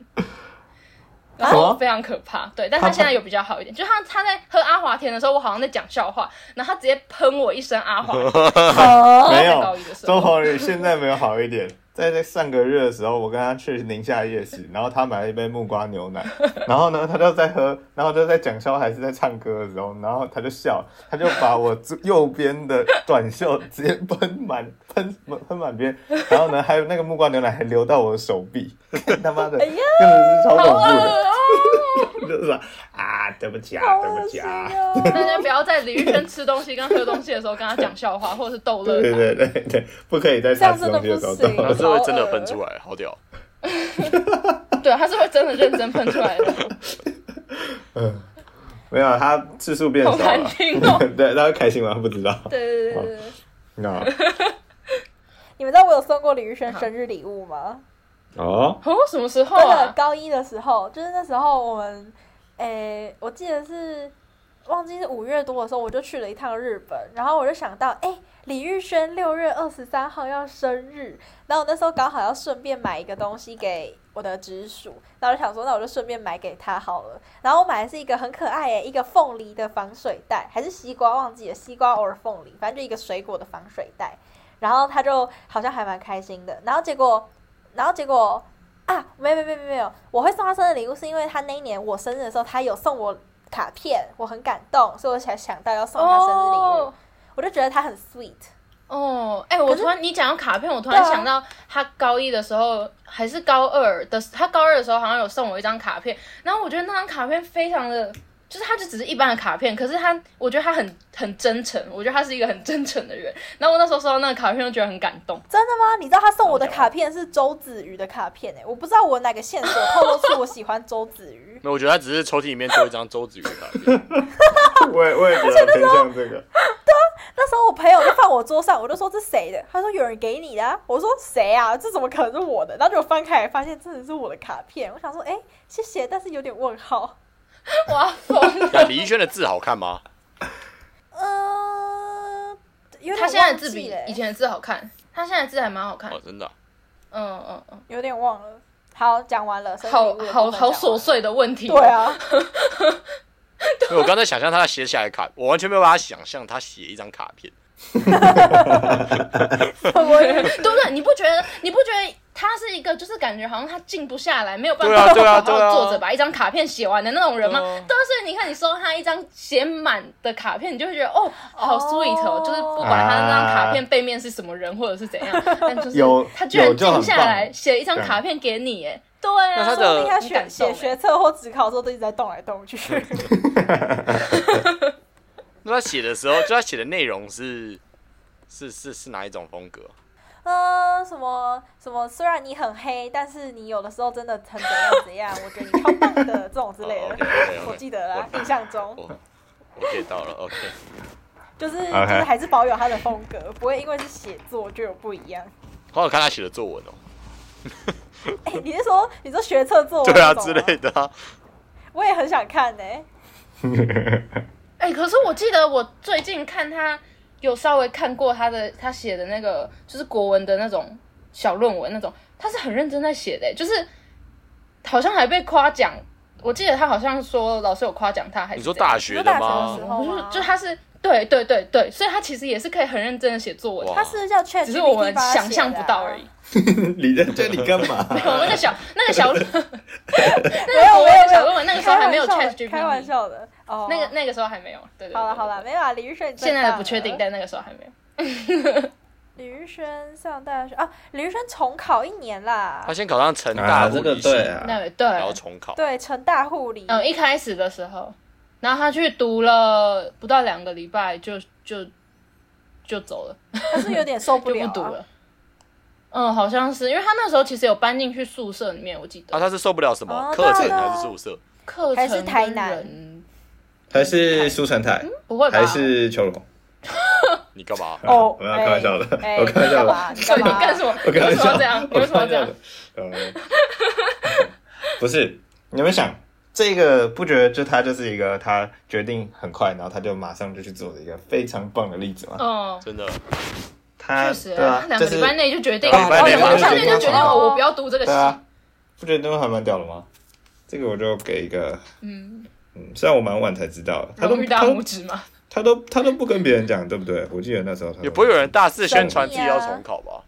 D: 然后非常可怕。对，但他现在有比较好一点，就他他在喝阿华田的时候，我好像在讲笑话，然后他直接喷我一身阿华田，
A: 哦
C: 没
D: 在高
C: 有
D: 一的，时候
C: 周宏宇现在没有好一点。在在上个月的时候，我跟他去宁夏夜市，然后他买了一杯木瓜牛 奶，然后呢，他就在喝，然后就在讲笑还是在唱歌的时候，然后他就笑，他就把我左右边的短袖直接喷满， 喷喷满边，然后呢，还有那个木瓜牛奶还流到我的手臂， 他妈的，
A: 哎
C: 真的
A: 呀
C: 是超
D: 好
C: 恐怖
D: 恶
C: 的，
D: 哦。
C: 就是啊啊，对不起啊，
A: 好
C: 对
A: 恶
C: 不起
A: 心
C: 啊，
A: 哦！
D: 大家不要在李玉轩吃东西跟喝东西的时候跟他讲笑话，或者是逗乐他。
C: 对对对对，不可以在
A: 这
C: 他
A: 样
C: 吃
A: 真的
C: 东西
A: 不
C: 的时候动
A: 行
B: 那是会真的喷出来，好屌！。
D: 啊对他是会真的认真喷出来 的。
C: 嗯，没有，他次数变少
D: 好难
C: 了。
D: 听哦
C: 对，他会开心吗？不知道。
A: 对对对对对，
C: 那
A: 你们知道我有送过李宇轩生日礼物吗？
C: 哦，
D: 哦，什么时候
A: 真的，
D: 啊？
A: 高一的时候，就是那时候我们，诶、我记得是忘记是五月多的时候，我就去了一趟日本，然后我就想到，诶、李玉轩六月二十三号要生日，然后我那时候刚好要顺便买一个东西给我的直属，然后我就想说，那我就顺便买给他好了。然后我买的是一个很可爱诶、一个凤梨的防水袋，还是西瓜忘记了，西瓜偶尔凤梨，反正就一个水果的防水袋。然后他就好像还蛮开心的，然后结果，然后结果啊，没有没有没有没有没有，我会送他生日礼物，是因为他那一年我生日的时候，他有送我卡片，我很感动，所以我才想到要送他生日礼物。
D: 哦
A: 我就觉得他很 sweet，
D: 哦，哎、我突然你讲到卡片，我突然
A: 对啊
D: 想到他高一的时候还是高二的，他高二的时候好像有送我一张卡片，然后我觉得那张卡片非常的。就是他就只是一般的卡片，可是他，我觉得他很很真诚，我觉得他是一个很真诚的人。然后我那时候收到那个卡片，就觉得很感动。
A: 真的吗？你知道他送我的卡片是周子瑜的卡片哎、我不知道我哪个线索透露出我喜欢周子瑜
B: 那我觉得他只是抽屉里面多一张周子瑜的卡片，
C: 我也我也觉得偏向这个。
A: 那时候我朋友就放我桌上，我就说这谁的？他说有人给你的、啊。我说谁啊？这怎么可能是我的？然后就翻开来发现真的是我的卡片。我想说，哎、谢谢，但是有点问号。
D: 我要疯了！
B: 那李易轩的字好看吗？
A: 呃，有点
D: 他现在的
A: 忘
D: 字
A: 记
D: 比
A: 了欸
D: 以前的字好看，他现在的字还蛮好看的
B: 哦，。真的啊、
D: 嗯嗯嗯，
A: 有点忘了。好，讲完了。生日礼
D: 好
A: 物的部
D: 好
A: 分
D: 好
A: 讲
D: 琐
A: 完
D: 碎哦的问题。
A: 对，啊，
B: 因为我刚才想象他写起来的卡，我完全没有办法想象他写一张卡片。
A: 我也
D: 对不对？你不觉得？你不觉得他是一个就是感觉好像他静不下来，没有办
B: 对啊对
D: 法
B: 啊
D: 好
B: 对啊
D: 好坐着把一张卡片写完的那种人吗？
B: 对啊
D: 对啊，所以你看，你收到他一张写满的卡片，你就会觉得哦，好
A: 哦
D: sweet 哦，就是不管他那张卡片背面是什么人或者是怎 样，但就是
C: 有
D: 他居然
C: 有就很
D: 静下来
C: 棒
D: 写了一张
C: 对
D: 卡片给你，哎，对
B: 那
D: 啊
B: 他，
A: 说不定
B: 的
A: 他
D: 很感
A: 学
D: 动
A: 写
D: 欸
A: 学测或职考的时候都一直在动来 动去。
B: 那他写的时候，就他写的内容是是是是哪一种风格？
A: 呃，什么什么，虽然你很黑，但是你有的时候真的很怎样怎样，我觉得你超棒的这种之类
B: 哦
A: 的。
B: ，OK，OK，OK
A: 我记得啦，印象 中
B: 我哦我 get 到了，OK。
A: 就是就是
C: OK
A: 还是保有他的风格，不会因为是写作就有不一样。
B: 好好看他写的作文哦，
A: 哎，你是说你说学测作文
B: 对啊
A: 那种
B: 之
A: 吗
B: 类，的啊。
A: 我也很想看呢。
D: 哎、可是我记得我最近看他有稍微看过他的他写的那个就是国文的那种小论文那种，他是很认真在写的、欸就是好像还被夸奖。我记得他好像说老师有夸奖他，还是
B: 你说
D: 怎样
B: 大学
A: 你
B: 的
A: 说大学的
B: 吗
A: 时？候
D: 不是
A: 吗
D: 就他是对对对对，所以他其实也是可以很认真的写作文
B: 哇，
A: 他是不是叫 Chat，
D: 只是我们想象
A: 啊
D: 不到而 已。。
C: 你在这里干嘛？
D: 我那个小那个 小那个
A: 没有
D: 国
A: 没
D: 文的
A: 有没有
D: 小论文，那个时候还没有
A: 开玩笑的
D: ChatGPT，
A: 开玩笑的哦。
D: 那个那个时候还没有。对对对
A: 好了好了，
D: 对
A: 没有啊，李玉顺
D: 对现在的不确定，但那个时候还没有。
A: 李玉轩上大学啊，李玉轩重考一年啦
B: 他，先考上成大
C: 啊，
B: 物
C: 这个
B: 理系，
C: 对啊，
D: 那对，
B: 然后重考，
A: 对，成大护理，
D: 嗯，一开始的时候，然后他去读了不到两个礼拜就就就走了，
A: 他是有点受不
D: 就
A: 了
D: 不
A: 啊
D: 读了。嗯，好像是，因为他那时候其实有搬进去宿舍里面，我记得、
B: 啊，他是受不了什么
A: 哦
B: 课程
A: 对啊
B: 还是宿舍？
D: 课程
A: 还是台
D: 跟
A: 南
D: 人
C: 还是苏成泰，
D: 不会吧？
C: 还是囚龙？
B: 你干嘛？
A: 哦，
C: 啊我要开玩笑的
A: 哎
C: 我开玩笑的
A: 哎你
D: 对
A: 干
D: 你
A: 嘛？
D: 干什么？
C: 我
D: 你
C: 开
D: 为
C: 玩
D: 什么要
C: 笑
D: 这
C: 的
D: 样？，你
C: 我
D: 为什
C: 开
D: 么要
C: 玩
D: 这
C: 笑
D: 样
C: 的？。呃，哦 不是，你们想这个不觉得就他就是一个他决定很快，然后他就马上就去做的一个非常棒的例子嘛？
D: 嗯，
B: 真的，
C: 他
D: 确实，
C: 对
D: 他
C: 啊，
D: 两
C: 就
D: 个
C: 是
D: 礼拜内就决定，
C: 两
B: 个礼拜内
D: 两个礼拜内就
C: 就决
D: 决
C: 定
D: 定
A: 了
D: 了，我不要读 这个
C: 对啊
D: 系。，
C: 不觉得都还蛮屌的吗？这个我就给一个，
D: 嗯，
C: 嗯，虽然我蛮晚才知道的，他都
D: 荣誉大
C: 他
D: 拇
C: 都
D: 指嘛。
C: 他都他都不跟别人讲，对不对？我记得那时候他都
B: 也不会有人大肆宣传自己要
A: 神秘啊
B: 重考吧？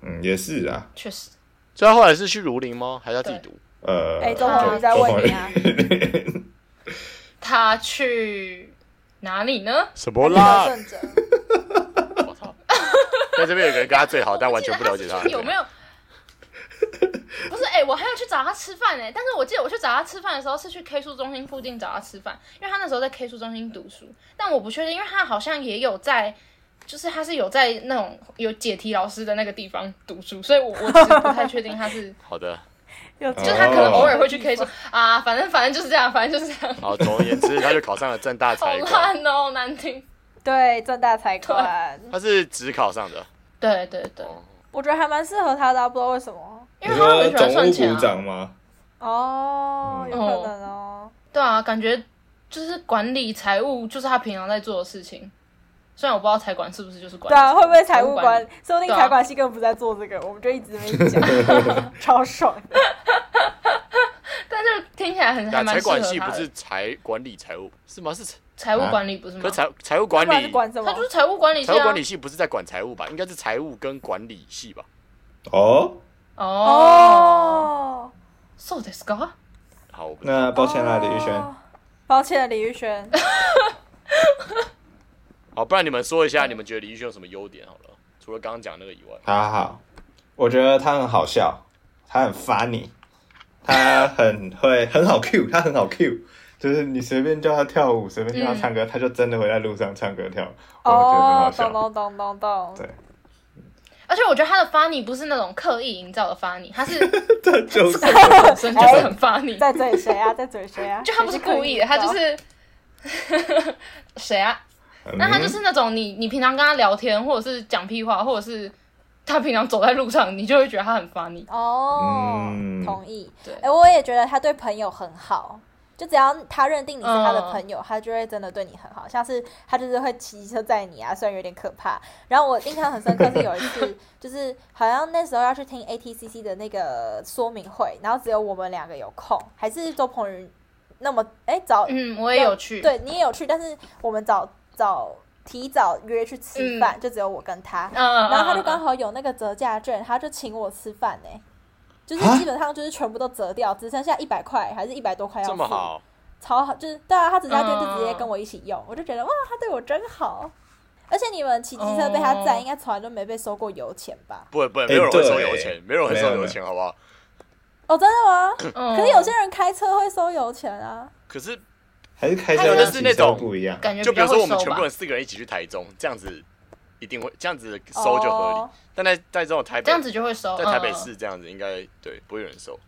C: 嗯，也是啊，
D: 确实，
B: 所以他后来是去儒林吗？还是他自己读？
C: 呃，
A: 哎，周
D: 啊
A: 鸿
C: 就
A: 祎在问你啊，
D: 他去哪里呢？
B: 什么
A: 柯
B: 啦？
A: 震哲，
B: 我操！ 在这边有个人跟他最好，但完全不了解他
D: 我。记得是 去有没有？不是，哎、我还要去找他吃饭哎、但是我记得我去找他吃饭的时候是去 K 书中心附近找他吃饭，因为他那时候在 K 书中心读书，但我不确定，因为他好像也有在，就是他是有在那种有解题老师的那个地方读书，所以我我只是不太确定他 是，
B: 好的，
A: 有
C: 就
D: 就是他可能
C: 哦
D: 偶尔会去 K 书啊，反正反正就是这样，反正就是这样，
B: 好，总而言之，他就考上了正大
D: 好
B: 财管，
D: 烂哦、难听。
A: 对正大财管，
B: 他是只考上的。
D: 对对对，
B: 哦，
A: 我觉得还蛮适合他的啊，不知道为什么
D: 因
C: 你
D: 为他
C: 说
D: 很喜欢
C: 总
D: 算
C: 务
D: 钱
C: 股
D: 啊，
C: 长吗？
A: 哦，
C: 嗯
A: 有可能哦。
D: 对啊，感觉就是管理财务就是他平常在做的事情。虽然我不知道财管是不是就是管理，
A: 对啊，会不会财务
D: 务
A: 管
D: 管
A: 理？说不定
D: 对啊
A: 财管系根本不在做这个，我们就一直没讲， 超爽的。
D: 但是听起来很还
B: 那
D: 蛮
B: 啊财
D: 适合
B: 管
D: 他
B: 系不是
D: 的。
B: 财管理财务是吗？是，
D: 财务
C: 啊
D: 管理不是
B: 可
D: 吗
B: 是？财财务管
A: 不然
B: 理
A: 是管什么
D: 他？就是财务管理系
B: 财务
D: 啊
B: 管理。系不是在管财务吧？应该是财务跟管理系吧？
C: 哦，
D: 哦
A: 哦，
D: ，so this guy，
B: 好，我不
C: 那抱歉啦，李宇轩
A: 哦，。抱歉，李宇轩。
B: 好，不然你们说一下，你们觉得李玉轩有什么优点好了？除了刚刚讲那个以外，
C: 好好好，我觉得他很好笑，他很 funny，他很会很好 Q，他很好 Q，就是你随便叫他跳舞，随便
D: 嗯
C: 叫他唱歌，他就真的会在路上唱歌跳，我觉得很好
A: 哦，
C: 笑。
A: 懂懂懂懂懂。
C: 对
D: 而且我觉得他的 funny 不是那种刻意营造的 funny，他 是
C: 这就是
D: 本身就是很 funny，
A: 在嘴谁啊？在嘴谁啊？
D: 就他不是故意的，他就是 谁啊？那他就是那种你你平常跟他聊天，或者是讲屁话，或者是他平常走在路上，你就会觉得他很 funny。
A: 哦，
C: 嗯
A: 同意。
D: 对
A: 哎，我也觉得他对朋友很好。就只要他认定你是
D: 嗯
A: 他的朋友，他就会真的对你很好。像是他就是会骑车载你啊，虽然有点可怕。然后我印象很深刻是有一 次，就是好像那时候要去听 ATCC 的那个说明会，然后只有我们两个有空，还是周鹏云那么哎早
D: 嗯，我也有去。
A: 对你也有去，但是我们早早提早约去吃饭，就只有我跟他。
D: 嗯，嗯，嗯
A: 然后他就刚好有那个折价券，他就请我吃饭呢、就是
C: 啊
A: 基本上就是全部都折掉，只剩下一百块还是一百多
D: 哎
A: 块要
B: 这
A: 付
B: 么，好，
A: 超好，就是对啊，他折价券就直接
D: 嗯
A: 跟我一起用，我就觉得哇，他对我真好。而且你们骑机车被他载，
D: 哦
A: 应该从来都没被收过油钱吧？
B: 不会不会，没有人会收
C: 哎对
B: 油钱，没有人会
C: 没
B: 收
C: 有
B: 油
C: 没
B: 钱，好不好？
A: 哦，真的吗？
D: 嗯，
A: 可是有些人开车会收油钱啊。
B: 可是
C: 还是开
D: 他
C: 车
D: 有
C: 跟
D: 的
C: 骑
B: 是那
C: 车
B: 种
C: 不一样，
D: 嗯感觉
B: 就比
D: 较
B: 如说
D: 会
B: 我们
D: 收
B: 全部
D: 吧
B: 人。四个人一起去台中，这样子一定会这样子收就合理。
A: 哦
B: 但在在这种台北，
D: 这样子就会收。
B: 在台北
D: 嗯
B: 市这样子应该对不会有人收。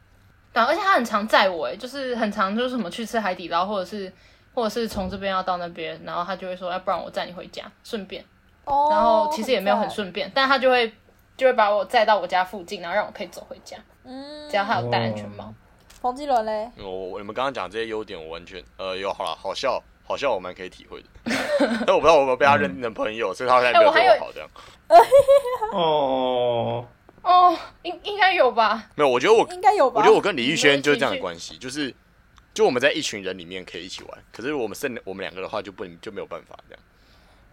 D: 对啊，而且他很常载我，哎，就是很常就是什么去吃海底捞，或者是或者是从这边要到那边，然后他就会说，要哎不然我载你回家，顺便。
A: 哦，
D: 然后其实也没有很
A: 赞，
D: 顺便，但他就会就会把我载到我家附近，然后让我可以走回家，
A: 嗯，
D: 只要他有戴安全帽。
A: 冯基伦嘞，
B: 我我你们刚刚讲这些优点，我完全呃有好了，好笑好笑，我蛮可以体会的。 但我不知道我有没有被他认
C: 嗯
B: 定成朋友，所以他才没
D: 哎
B: 有
D: 我还
B: 对我
D: 有
B: 好这样。
C: 哦。
D: 哦，应应该有吧？
B: 没有，我觉得我
A: 应该有吧？
B: 我觉得我跟李玉
D: 你
B: 轩
D: 们
B: 就是这样的
D: 情绪
B: 关系，就是就我们在一群人里面可以一起玩，可是我们剩我们两个的话就不能就没有办法这样。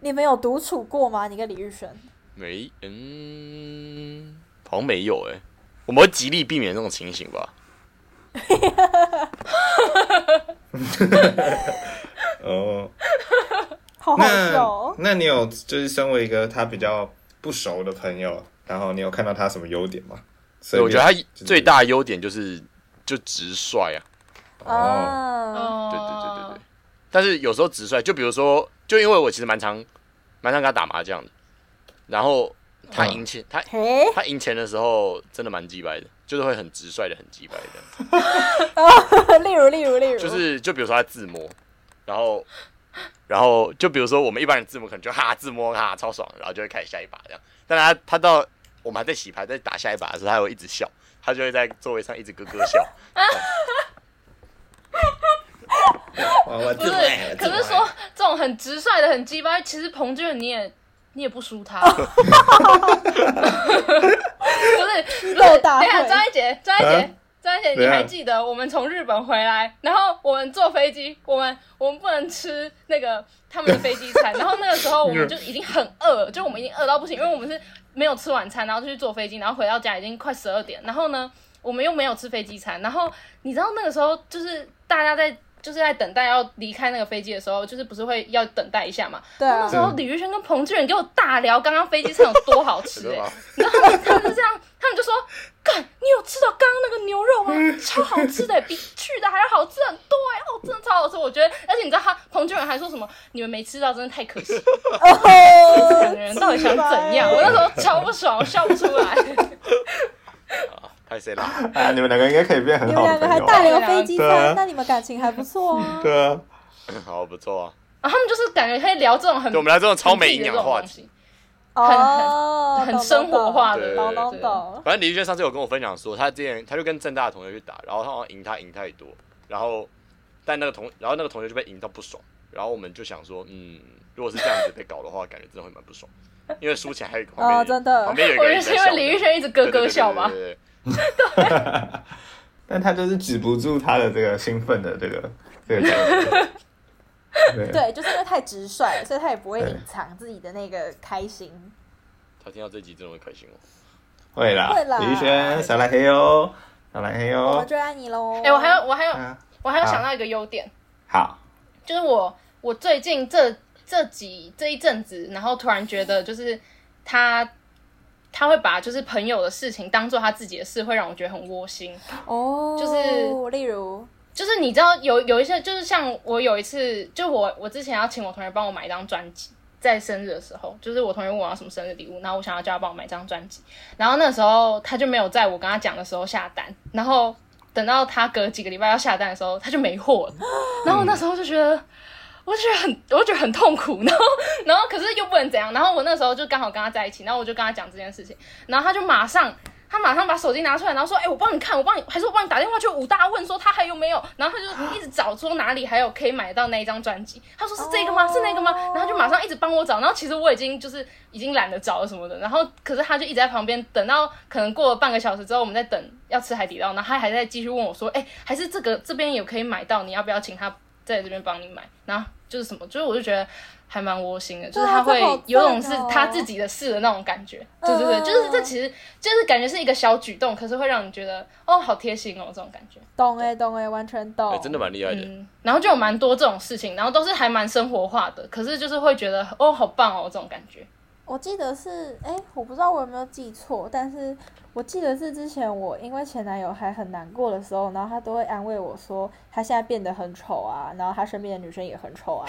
A: 你们有独处过吗？你跟李玉轩？
B: 没，嗯，好像没有哎、我们会极力避免这种情形吧。
C: 哦
A: 好好笑、
C: 那
A: 哦。
C: 哦
A: 哦
C: 那你有就是身为一个他比较不熟的朋友，然后你有看到他什么优点吗？所
B: 对，
C: 以
B: 我觉得他最大的优点就是就直率啊，
D: 嗯
C: 哦，
A: 啊，
D: 哦
B: 对对对对对。但是有时候直率，就比如说，就因为我其实蛮常蛮常跟他打麻将的，然后他
C: 嗯
B: 赢钱，他
A: 嘿，
B: 他赢钱的时候真的蛮鸡掰的，就是会很直率的很鸡掰 的。
A: 例如例如例如，
B: 就是就比如说他自摸，然后然后就比如说我们一般人自摸可能就哈自摸哈超爽，然后就会开始下一把这样。但他他到我们还在洗牌在打下一把的时候，他会一直笑，他就会在座位上一直咯咯笑。
C: 我我
D: 不
C: 自
D: 是
C: 卖了，，
D: 可是
C: 自卖
D: 说
C: 了
D: 这种很直率的、很鸡巴，其实彭俊你也你也不输他。不 是，不
A: 肉
D: 是，等
A: 大会
D: 一下张一杰，张一杰
C: 啊。
D: 张一杰，你
C: 怎样
D: 还记得我们从日本回来，然后我们坐飞机，我们我们不能吃那个他们的飞机餐，然后那个时候我们就已经很饿了，就我们已经饿到不行，因为我们是没有吃晚餐，然后就去坐飞机，然后回到家已经快十二点，然后呢，我们又没有吃飞机餐，然后你知道那个时候就是大家在就是在等待要离开那个飞机的时候，就是不是会要等待一下嘛？
A: 对啊
D: 那时，候李宇轩跟彭志远给我大聊刚刚飞机餐有多好吃、
B: 对
D: 欸
B: 吧，
D: 然后他们他们就这样，他们就说：“干，你有吃到刚刚那个牛肉
B: 嗯
D: 吗？超好吃的，比去的还要好吃很多哎、哦，真的超好吃！我觉得，而且你知道他彭俊仁还说什么？你们没吃到，真的太可惜了。这两
A: 哦
D: 个人到底想怎 样？我那时候超不爽，我笑不出 来。
B: 拍谁啦？
C: 啊，你们两个应该可以变
A: 你
C: 很
A: 们
C: 好
A: 两
C: 的
A: 个
C: 朋
A: 还
C: 友啊
A: 大
C: 吧。
A: 聊飞机
C: 对啊
A: 餐，那你们感情还不错 啊。
C: 对啊，
B: 好不错啊，
D: 然后他们就是感觉可以聊这种很
B: 对我们来这种超没营养的话
D: 话
B: 题。
D: 题，
A: 哦，
D: 很
A: 懂
D: 生活化
B: 的
A: 懂
B: 对
A: 懂懂。
B: 反正李玉轩上次有跟我分享说，他之前他就跟正大的同学去打，然后他好像赢他赢太多，然后但那个同然后那个同学就被赢到不爽，然后我们就想说，嗯，如果是这样子被搞的话，感觉真的会蛮不爽，因为输钱还有一个旁边、
A: 哦真的
B: 旁边有一
D: 我
B: 个
D: 觉得
B: 人在
D: 是因
B: 笑
D: 为李宇轩一直咯咯笑吧
B: 对。对对对对
C: 但他就是止不住他的这个兴奋的这个这个感觉。对
A: 对，就是因为太直率了，所以他也不会
C: 对
A: 隐藏自己的那个开心。
B: 他听到这集真的会开心哦。
C: 会啦，
A: 会啦
C: 李宇轩，小蓝黑哟，小蓝黑
A: 我
C: 哟
A: 们。追爱你喽！
B: 哦
D: 哎、我还有，我还有，
C: 啊，
D: 我还有想到一个优点，
C: 好，
D: 就是我我最近这这几这一阵子，然后突然觉得就是他。他会把就是朋友的事情当做他自己的事，会让我觉得很窝心。
A: 哦，
D: 就是
A: 例如，
D: 就是你知道有有一些，就是像我有一次，就我我之前要请我同学帮我买一张专辑，在生日的时候，就是我同学问我要什么生日礼物，然后我想要叫他帮我买一张专辑，然后那时候他就没有在我跟他讲的时候下单，然后等到他隔几个礼拜要下单的时候，他就没货了，然后我那时候就觉得。我就觉得很，我就觉得很痛苦，然后，然后可是又不能怎样，然后我那时候就刚好跟他在一起，然后我就跟他讲这件事情，然后他就马上他马上把手机拿出来，然后说：“哎、我帮你看，我帮你，还是我帮你打电话去武大问说他还有没有。”然后他就一直找说哪里还有可以买到那一张专辑。他说是这个吗？
A: 哦
D: 是那个吗？然后他就马上一直帮我找。然后其实我已经就是已经懒得找了什么的。然后可是他就一直在旁边等到可能过了半个小时之后，我们在等要吃海底捞，然后他还在继续问我说：“哎、还是这个这边也可以买到，你要不要请他在这边帮你买？”然后就是什么，就是我就觉得还蛮窝心的，就是他会
A: 这好赞哦
D: 有种是他自己的事的那种感觉。对对对，
A: 嗯
D: 就是这其实就是感觉是一个小举动，可是会让你觉得哦，好贴心哦，这种感觉。
A: 懂哎、懂哎、完全懂。
B: 哎、真的蛮厉害的。
D: 哦嗯，然后就有蛮多这种事情，然后都是还蛮生活化的，可是就是会觉得哦，好棒哦，这种感觉。
A: 我记得是，哎、我不知道我有没有记错，但是我记得是之前我因为前男友还很难过的时候，然后他都会安慰我说，他现在变得很丑啊，然后他身边的女生也很丑啊，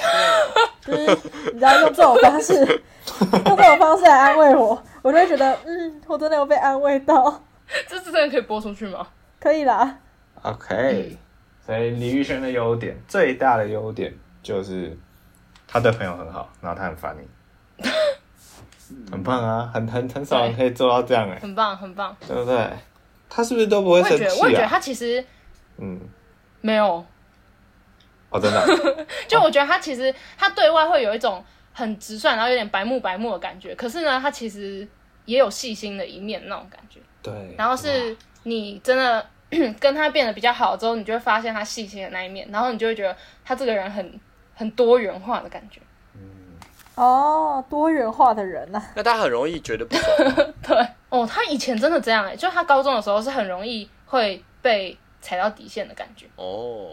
A: 之类的就是你知道用这种方式，用这种方式来安慰我，我就会觉得，嗯，我真的有被安慰到，
D: 这这真的可以播出去吗？
A: 可以啦，
C: OK，所嗯以李宇轩的优点最大的优点就是他对朋友很好，然后他很烦 你，很棒啊，很很很少人可以做到这样哎、
D: 很棒，很棒。
C: 对不对？他是不是都不
D: 我
C: 会
D: 也
C: 生
D: 觉得，我也
C: 气
D: 觉得
C: 啊？
D: 他其实
C: 嗯，
D: 没有，
C: 哦，真 的，
D: 就我觉得他其实他对外会有一种很直率，然后有点白目白目的感觉，可是呢，他其实也有细心的一面那种感觉。
C: 对。
D: 然后是你真的 跟他变得比较好之后，你就会发现他细心的那一面，然后你就会觉得他这个人很很多元化的感觉。
A: 哦，多元化的人呐、
B: 那他很容易觉得不 爽吗，
D: 对，哦，他以前真的这样哎、就他高中的时候是很容易会被踩到底线的感觉，
B: 哦，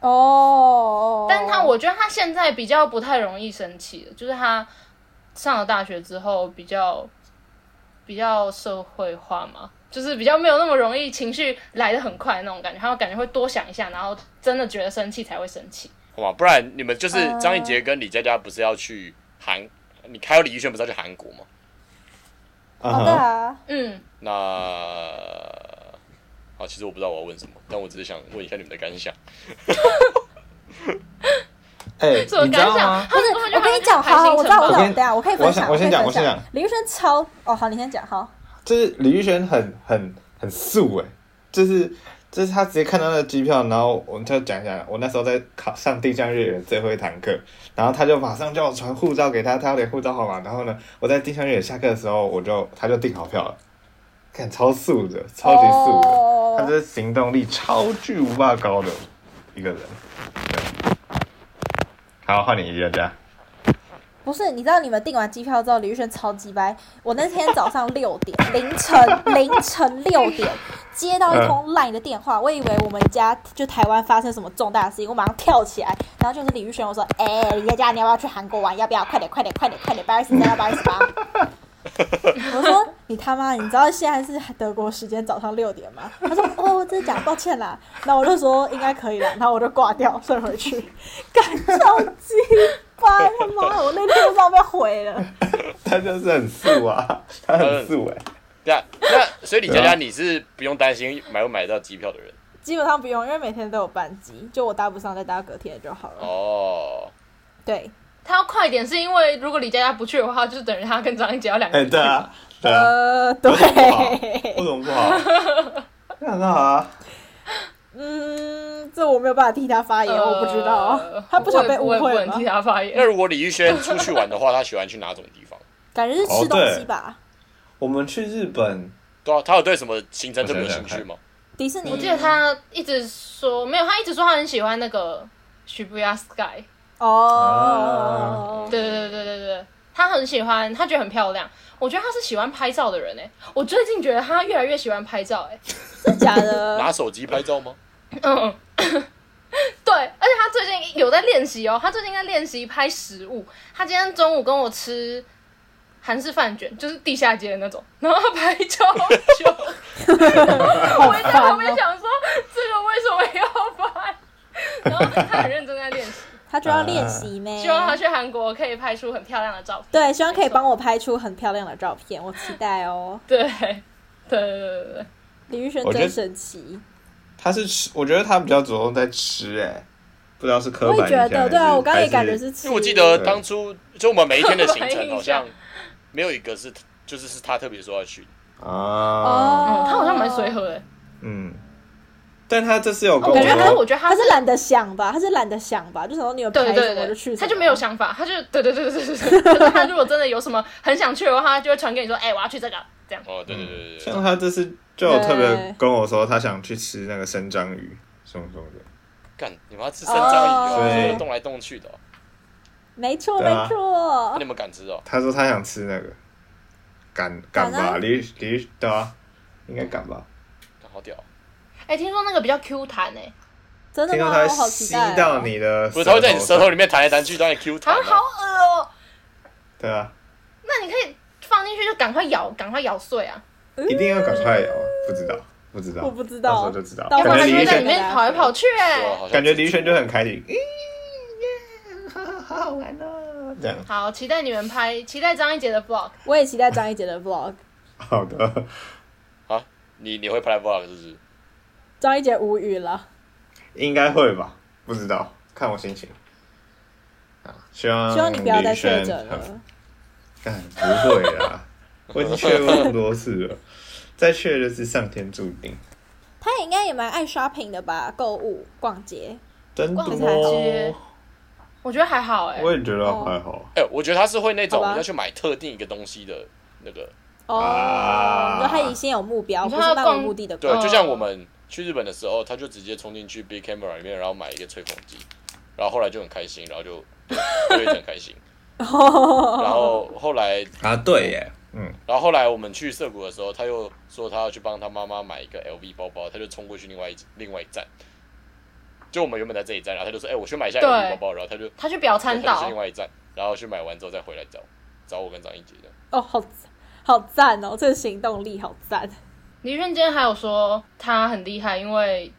A: 哦，
C: 哦
D: 但是他我觉得他现在比较不太容易生气了，就是他上了大学之后比较比较社会化嘛，就是比较没有那么容易情绪来的很快那种感觉，他们感觉会多想一下，然后真的觉得生气才会生气。
B: 好吧？不然你们就是
A: 呃
B: 张艺杰跟李佳佳不是要去韩，你还有李宇轩不是要去韩国吗？
C: 啊
A: 哦，对
C: 哈，
A: 啊，
D: 嗯，
B: 那好，其实我不知道我要问什么，但我只是想问一下你们的感想。
C: 哎，
D: 什么
C: 你知
D: 感
C: 道
D: 想？
C: 吗？
D: 他们根本就
A: 我跟你讲，
D: 还没
A: 好好，我知道，我
D: 排
A: 知
D: 行
A: 道，
D: 程吧
A: 等一下我可以分享，
C: 我先
A: 可以
C: 我先
A: 分
C: 讲
A: 享。李宇轩超哦，好，你先讲，好，
C: 就是李宇轩很很很素哎、就是就是他直接看到那个机票，然后我们就讲一讲，我那时候在考上定向越野最后一堂课，然后他就马上叫我传护照给他，他要连护照号码，然后呢，我在定向越野下课的时候，我就他就订好票了，看超素的，超级素的，
A: 哦
C: 他这行动力超巨无霸高的一个人。对，好，换你一个家。
A: 不是，你知道你们订完机票之后，李宇轩超级掰。我那天早上六 点，凌晨凌晨六点接到一
C: 嗯
A: 通 LINE 的电话，我以为我们家就台湾发生什么重大的事情，我马上跳起来，然后就是李宇轩，我说：“哎、李佳佳，你要不要去韩国玩？要不要？快点，快点，快点，快点！八月十三到八月十八。”我说：“你他妈，你知道现在是德国时间早上六点吗？”他说：“哦，真的假的？抱歉啦。”那我就说：“应该可以啦。”然后我就挂掉，顺回去。干超级掰，他妈的，我那天都要被毁了。
C: 他就是很素啊，他很素哎、
B: 对啊，那所以李佳
C: 对
B: 佳
C: 啊
B: 你是不用担心买不买得到机票的人
A: 基本上不用，因为每天都有班机，就我搭不上再搭隔天就好了。
B: 哦。
A: 对，
D: 他要快一点，是因为如果李佳佳不去的话，就是等于他跟张一杰要两个
C: 哎、
D: 人。
C: 对啊，对啊。
D: 嗯
A: 呃，
C: 为
A: 对，
C: 什么不好？那很好啊。
A: 嗯，这我没有办法替他发言，
D: 呃
A: 我不知道，他不想被误
D: 我也我也
A: 会
D: 不
A: 吗
D: 能替？他发言嗯
B: 那。如果李玉轩出去玩的话，他喜欢去哪种地方？
A: 感觉是吃
C: 哦
A: 东
C: 对
A: 西吧，
C: 我们去日本，
B: 对啊，他有对什么行程特别有兴趣吗？
A: 迪士尼。
D: 我记得他一直说没有，他一直说他很喜欢那个 Shibuya Sky。
A: 哦，
C: 啊
D: 对对对对对对，他很喜欢，他觉得很漂亮。我觉得他是喜欢拍照的人哎、我最近觉得他越来越喜欢拍照哎、
A: 真假
B: 拿
A: 的？
B: 手机拍照吗？
D: 嗯，对，而且他最近有在练习哦，他最近在练习拍食物。他今天中午跟我吃韩式饭卷，就是地下街的那种，然后他拍超久，
A: 好
D: 我在旁
A: 烦
D: 边
A: 哦！
D: 想说这个为什么要拍？然后他很认真在练习，
A: 他就要练习咩
D: 哎希？望他去韩国可以拍出很漂亮的照片。
A: 对，希望可以
D: 没错
A: 帮我拍出很漂亮的照片，我期待哦。
D: 对对对对对对。
A: 李玉轩
C: 我觉
A: 真
C: 得
A: 神奇，
C: 他是吃，我觉得他比较着重在吃、哎，不知道是刻
A: 我
C: 板
A: 也
C: 印象
A: 觉得，对啊，我刚刚也感觉
C: 是
A: 是吃。
B: 因为我记得当初就我们每一天的行程
D: 刻
B: 好
D: 板
B: 像没有一个是就是是他特别说要去的。
C: 啊，
A: 哦
D: 嗯，，他好像蛮随和的。
C: 嗯，但他这次有跟
D: 我
C: 我
D: 觉得，但是我
C: 说，
D: 觉得他
A: 哦他
D: 是
A: 是懒得想吧，他是懒得想吧，就想说你有拍
D: 对对
A: 什么
D: 对
A: 就去
D: 对，
A: 什么，
D: 他就没有想法，他就对对对对对对。可是他如果真的有什么很想去的话，他就会传给你说，哎，我要去这个，这样。
B: 哦，对对对对对
C: 像，他这次就有特别
A: 对
C: 跟我说，他想去吃那个生章鱼什么什么的。
B: 干你们要吃生章鱼
A: 哦
B: 哦，
C: 对
B: 动来动去的哦，
A: 没错
C: 对啊
A: 没
B: 那
A: 错
B: 你，们敢吃哦？
C: 他说他想吃那个，敢敢
A: 敢啊
C: 吧？离离对啊，应该敢吧？
B: 干好屌哦！
D: 哎，听说那个比较 Q 弹哎，
A: 真的
C: 听
A: 吗？
C: 说他
A: 我好
C: 会
A: 期
C: 吸
A: 待哦。
C: 到你的，
B: 不是，他会在你舌头，里面弹来弹去，当你 Q
D: 好
B: 弹
D: 像好
B: 哦。
D: 恶哦。
C: 对啊，
D: 那你可以放进去就赶快咬，赶快咬碎啊，
C: 一定要赶快咬，啊不知道，不知道，
A: 我不知道
C: 到时候就知道。
A: 到
D: 要
C: 感
D: 不然
C: 觉
D: 它就
C: 李
D: 会
C: 宇
D: 在
C: 轩
D: 里面跑来跑去
B: 对
D: 哎
B: 啊。好像
C: 感觉
B: 自己
C: 李宇轩就很开心，咦耶，好好玩哦，这样。
D: 好，期待你们拍，期待张一杰的 vlog。
A: 我也期待张一杰的 vlog，
C: 好的，
B: 啊，你你会拍 vlog 是不是？
A: 张一杰无语了。
C: 应该会吧？不知道，看我心情。啊希望
A: 希望你不要再
C: 李宇轩
A: 确诊
C: 很
A: 了。
C: 干不会啦，我已经确过很多次了，再确就是上天注定。
A: 他也应该也蛮爱 shopping 的吧，购物、逛街。
C: 真的
D: 逛
A: 街
C: 吗？
D: 我觉得还好哎，
C: 我也觉得还好。
B: 哎、我觉得他是会那种
A: 好吧
B: 要去买特定一个东西的那个，
A: 哦，
C: 啊
A: 你说他已经有目标，
D: 你
A: 不
D: 说他
A: 是漫无
D: 逛
A: 目的的
B: 对，啊
A: 逛。
B: 就像我们去日本的时候，他就直接冲进去 Big Camera 里面，然后买一个吹风机，然后后来就很开心，然后就就一直很开 心，然后后来，
C: 啊，对耶，嗯，
B: 然后后来我们去涩谷的时候，他又说他要去帮他妈妈买一个 LV 包包，他就冲过去另外一另外一站，就我们原本在这一站，然后他就说，哎、我去买一下
D: 对
B: LV 包包，然后他就
D: 他去表参
B: 他就去
D: 岛
B: 另，外一站，然后去买完之后再回来找，找我跟张一杰的。
A: 哦，好好赞哦，这个行动力好赞。
D: 李润坚还有说他很厉害，因为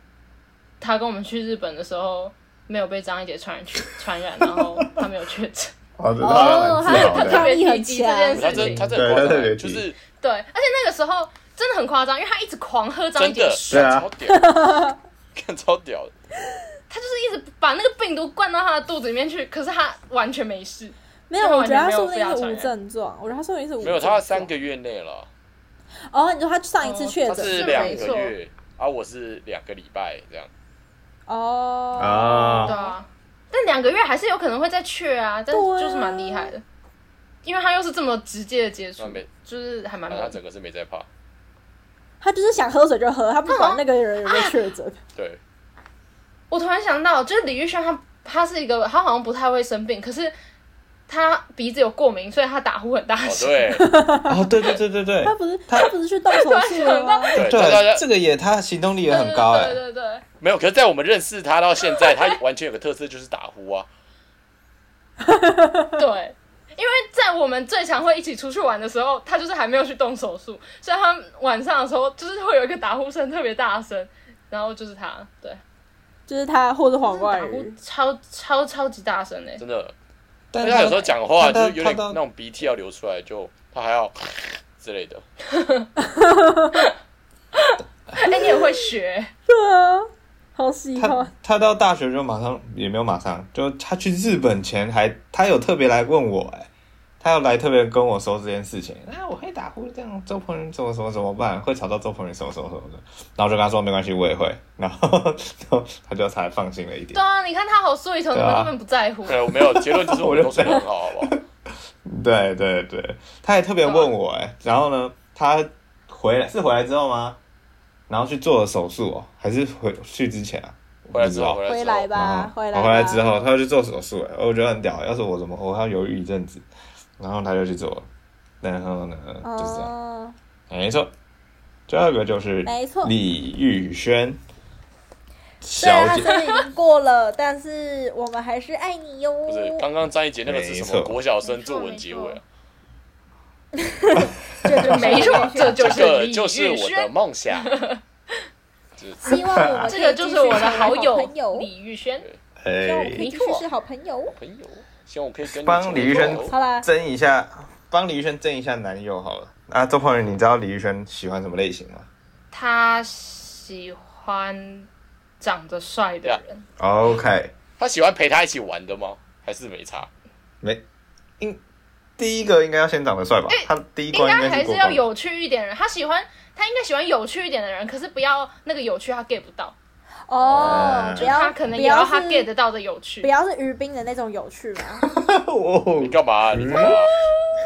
D: 他跟我们去日本的时候没有被张一杰传染去传染，然后他没有确诊。
C: 哦，这
A: 哦
C: 当然蛮自豪
A: 他
C: 的。
A: 抗议很
D: 特别提及这件
A: 强
D: 事，
B: 他真他真
C: 对
B: 的夸
C: 他特
B: 张，欸
C: 别提
B: 就是
D: 对，而且那个时候真的很夸张，因为他一直狂喝张一
B: 真
D: 杰
B: 的
D: 的水，
C: 对啊
B: 超屌，看超屌的。
D: 他就是一直把那个病毒灌到他的肚子里面去，可是他完全没事。
A: 没有，我觉得他说不
D: 这完
A: 定
D: 全
A: 是
D: 没有
A: 无
D: 被他传
A: 症状，我觉得他说不定是无症状。
B: 没有，他三个月内了，
A: 哦，你说他上一次确
B: 他
A: 诊
B: 是
D: 是
B: 两
D: 没
B: 个
D: 错
B: 月，啊，我是两个礼拜这样。
A: 哦
D: 对
C: 啊，
D: 啊，但两个月还是有可能会再去啊，但是
A: 对啊
D: 就是蛮厉害的，因为他又是这么直接的接触
B: 那没，
D: 就是嗯还蛮
B: 然
D: 猛的
B: 后他整个是没在怕，
A: 他就是想喝水就喝，他不管那个人有没有确 诊。
B: 对，
D: 我突然想到，就是李玉轩他他是一个他好像不太会生病，可是他鼻子有过敏，所以他打呼很大
B: 哦
D: 声。
B: 对，
C: 哦，对对对对对
A: 他不是他不是去动手术了吗？
B: 对，大家
C: 对，这个也他行动力也很高哎
D: 对，对对对，
B: 没有，可是，在我们认识他到现在，他完全有个特色就是打呼啊，
D: 对 对因为在我们最常会一起出去玩的时候，他就是还没有去动手术，所以他晚上的时候就是会有一个打呼声特别大声，然后就是他，对，
A: 就是他或者黄
D: 打
A: 冠
D: 呼
A: 宇，
D: 超超超级大声哎、
B: 真的。
C: 但
B: 但他有时候讲话
C: 他
B: 就
C: 到
B: 是有点
C: 他到
B: 那种鼻涕要流出来，就他还要 之类的。
D: 哎、你也会学，
A: 对啊，好喜
C: 他
A: 欢。
C: 他到大学就马上也没有马上，就他去日本前还他有特别来问我、哎，他有来特别跟我说这件事情。那、我会打呼，这样周鹏宇怎么怎么怎么办？会吵到周鹏宇什么什么什么的。然后我就跟他说没关系，我也会。 然后然后他就才放心了一点
D: 对。啊，你看他好疏离头，你
C: 对
D: 们
C: 啊
D: 根本不在乎，
B: 对，我没有结论，就是我们
C: 我就
B: 都睡得很好，好不好？
C: 对对对，他也特别问我、哎，然后呢，他回来是回来之后吗？然后去做了手术哦，还是回去之前啊？
B: 回来
C: 我不知
B: 之
C: 道
B: 后，回
A: 回
B: 来
A: 来
B: 之后，
A: 吧，
C: 然
A: 来
C: 后
A: 吧。
C: 哦回来之后，他要去做手术，哎，我觉得很屌。要是我怎么，我还要犹豫一阵子，然后他就去做了。然后呢，就是这样，
A: 哦，
C: 没错。第二个就是
A: 没错
C: 李玉轩
A: 虽然
C: 小
A: 啊他
C: 姐，
A: 真的已经过了，但是我们还是爱你哟。
B: 不是刚刚张一杰那个是什
C: 没
B: 么
C: 错
B: 国小生
D: 没错
B: 作文结尾啊？
A: 这就
D: 没错，这就
B: 这
D: 是
B: 个
D: 李
B: 就是
D: 宇
B: 我
D: 轩
B: 的梦想。就是
A: 希望我 们
D: 这个就是我的好友
A: 朋友，
D: 李玉轩。
A: 希望我们可
C: 哎，
A: 以继续是好朋友。
B: 朋友，希望我可以跟你
C: 帮李玉轩
B: 成为朋
A: 好
B: 友
A: 啦，
C: 争一下，帮李玉轩争一下男友好了。啊，周鹏宇，你知道李玉轩喜欢什么类型吗？
D: 他喜欢长得帅
B: 啊
D: 的人，
C: OK，
B: 他喜欢陪他一起玩的吗？还是没差？
C: 没，应第一个应该要先长得帅吧？他第
D: 哎
C: 一
D: 应
C: 关
D: 该
C: 应
D: 还
C: 该
D: 是
C: 过
D: 要
C: 关。
D: 有趣一点的人。他喜欢，他应该喜欢有趣一点的人，可是不要那个有趣他 get 不到，
A: 哦，
C: 嗯
A: 不
D: 就
A: 要
D: 他可能
A: 不
D: 也要
A: 要
D: 他
A: 是
D: get 得到的有趣
A: 不。要是于斌的那种有趣嘛？
C: 哦
B: 你，干嘛？你干嘛？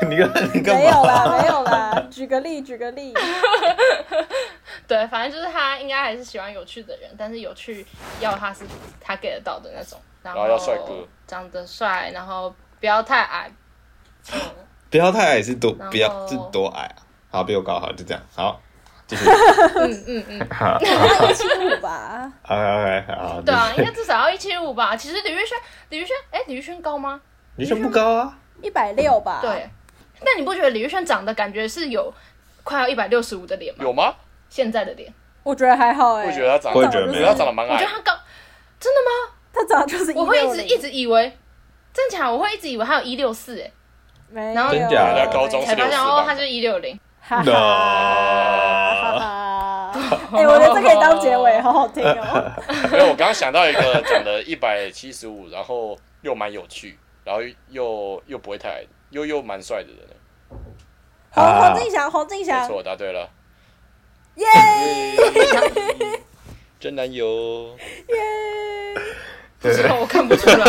C: 你干你干嘛？
A: 没有啦，没有啦，举个例，举个例。
D: 对，反正就是他应该还是喜欢有趣的人，但是有趣要他是他 get 得到的那种，然
B: 然后要帅哥
D: 长得帅，然后不要太矮。 嗯
C: 不要太矮是多
D: 然后
C: 不要是多矮啊？好，比我高，好，就这样，好，继续。
D: 嗯嗯嗯，
C: 好
A: 一七 五吧，
C: ，OK，好，
D: 对 啊，
C: 继
D: 应
C: 续
D: 该至少要一七五吧。其实李玉轩，李玉轩，哎、李玉轩高吗？
C: 女生不高啊，
A: 一百六吧。
D: 对，，但你不觉得李玉轩长得感觉是有快要一百六十五的脸吗？
B: 有吗？
D: 现在的脸，
A: 我觉得还好哎、
B: 我觉得他长
C: 我
B: 得
C: 也觉得
B: 没
C: 没
B: 有，
C: 有
B: 他长得蛮
D: 我觉得
B: 矮
D: 他。高，真的吗？
A: 他长得就是
D: 我会一直
A: 160
D: 一直以为，真假？我会一直以为他有一六四，哎，
A: 没有
D: 然后
C: 真假的
B: 高中
D: 才发现
B: 164
D: 哦
B: 吧，
D: 他就是一六零。
A: 哈哈
C: 那
A: 哈哈，哎、我觉得这可以当结尾，好好听哦。
B: 没有，我刚刚想到一个 长得一百七十五，然后又蛮有趣，然后又又不会太矮，又又蛮帅的人。
A: 好，
C: 啊
A: 哦黄敬翔，黄敬
B: 没
A: 翔，
B: 错，答 对了，
A: 耶
B: 真男友。
A: 耶！
D: 这个我看不出来。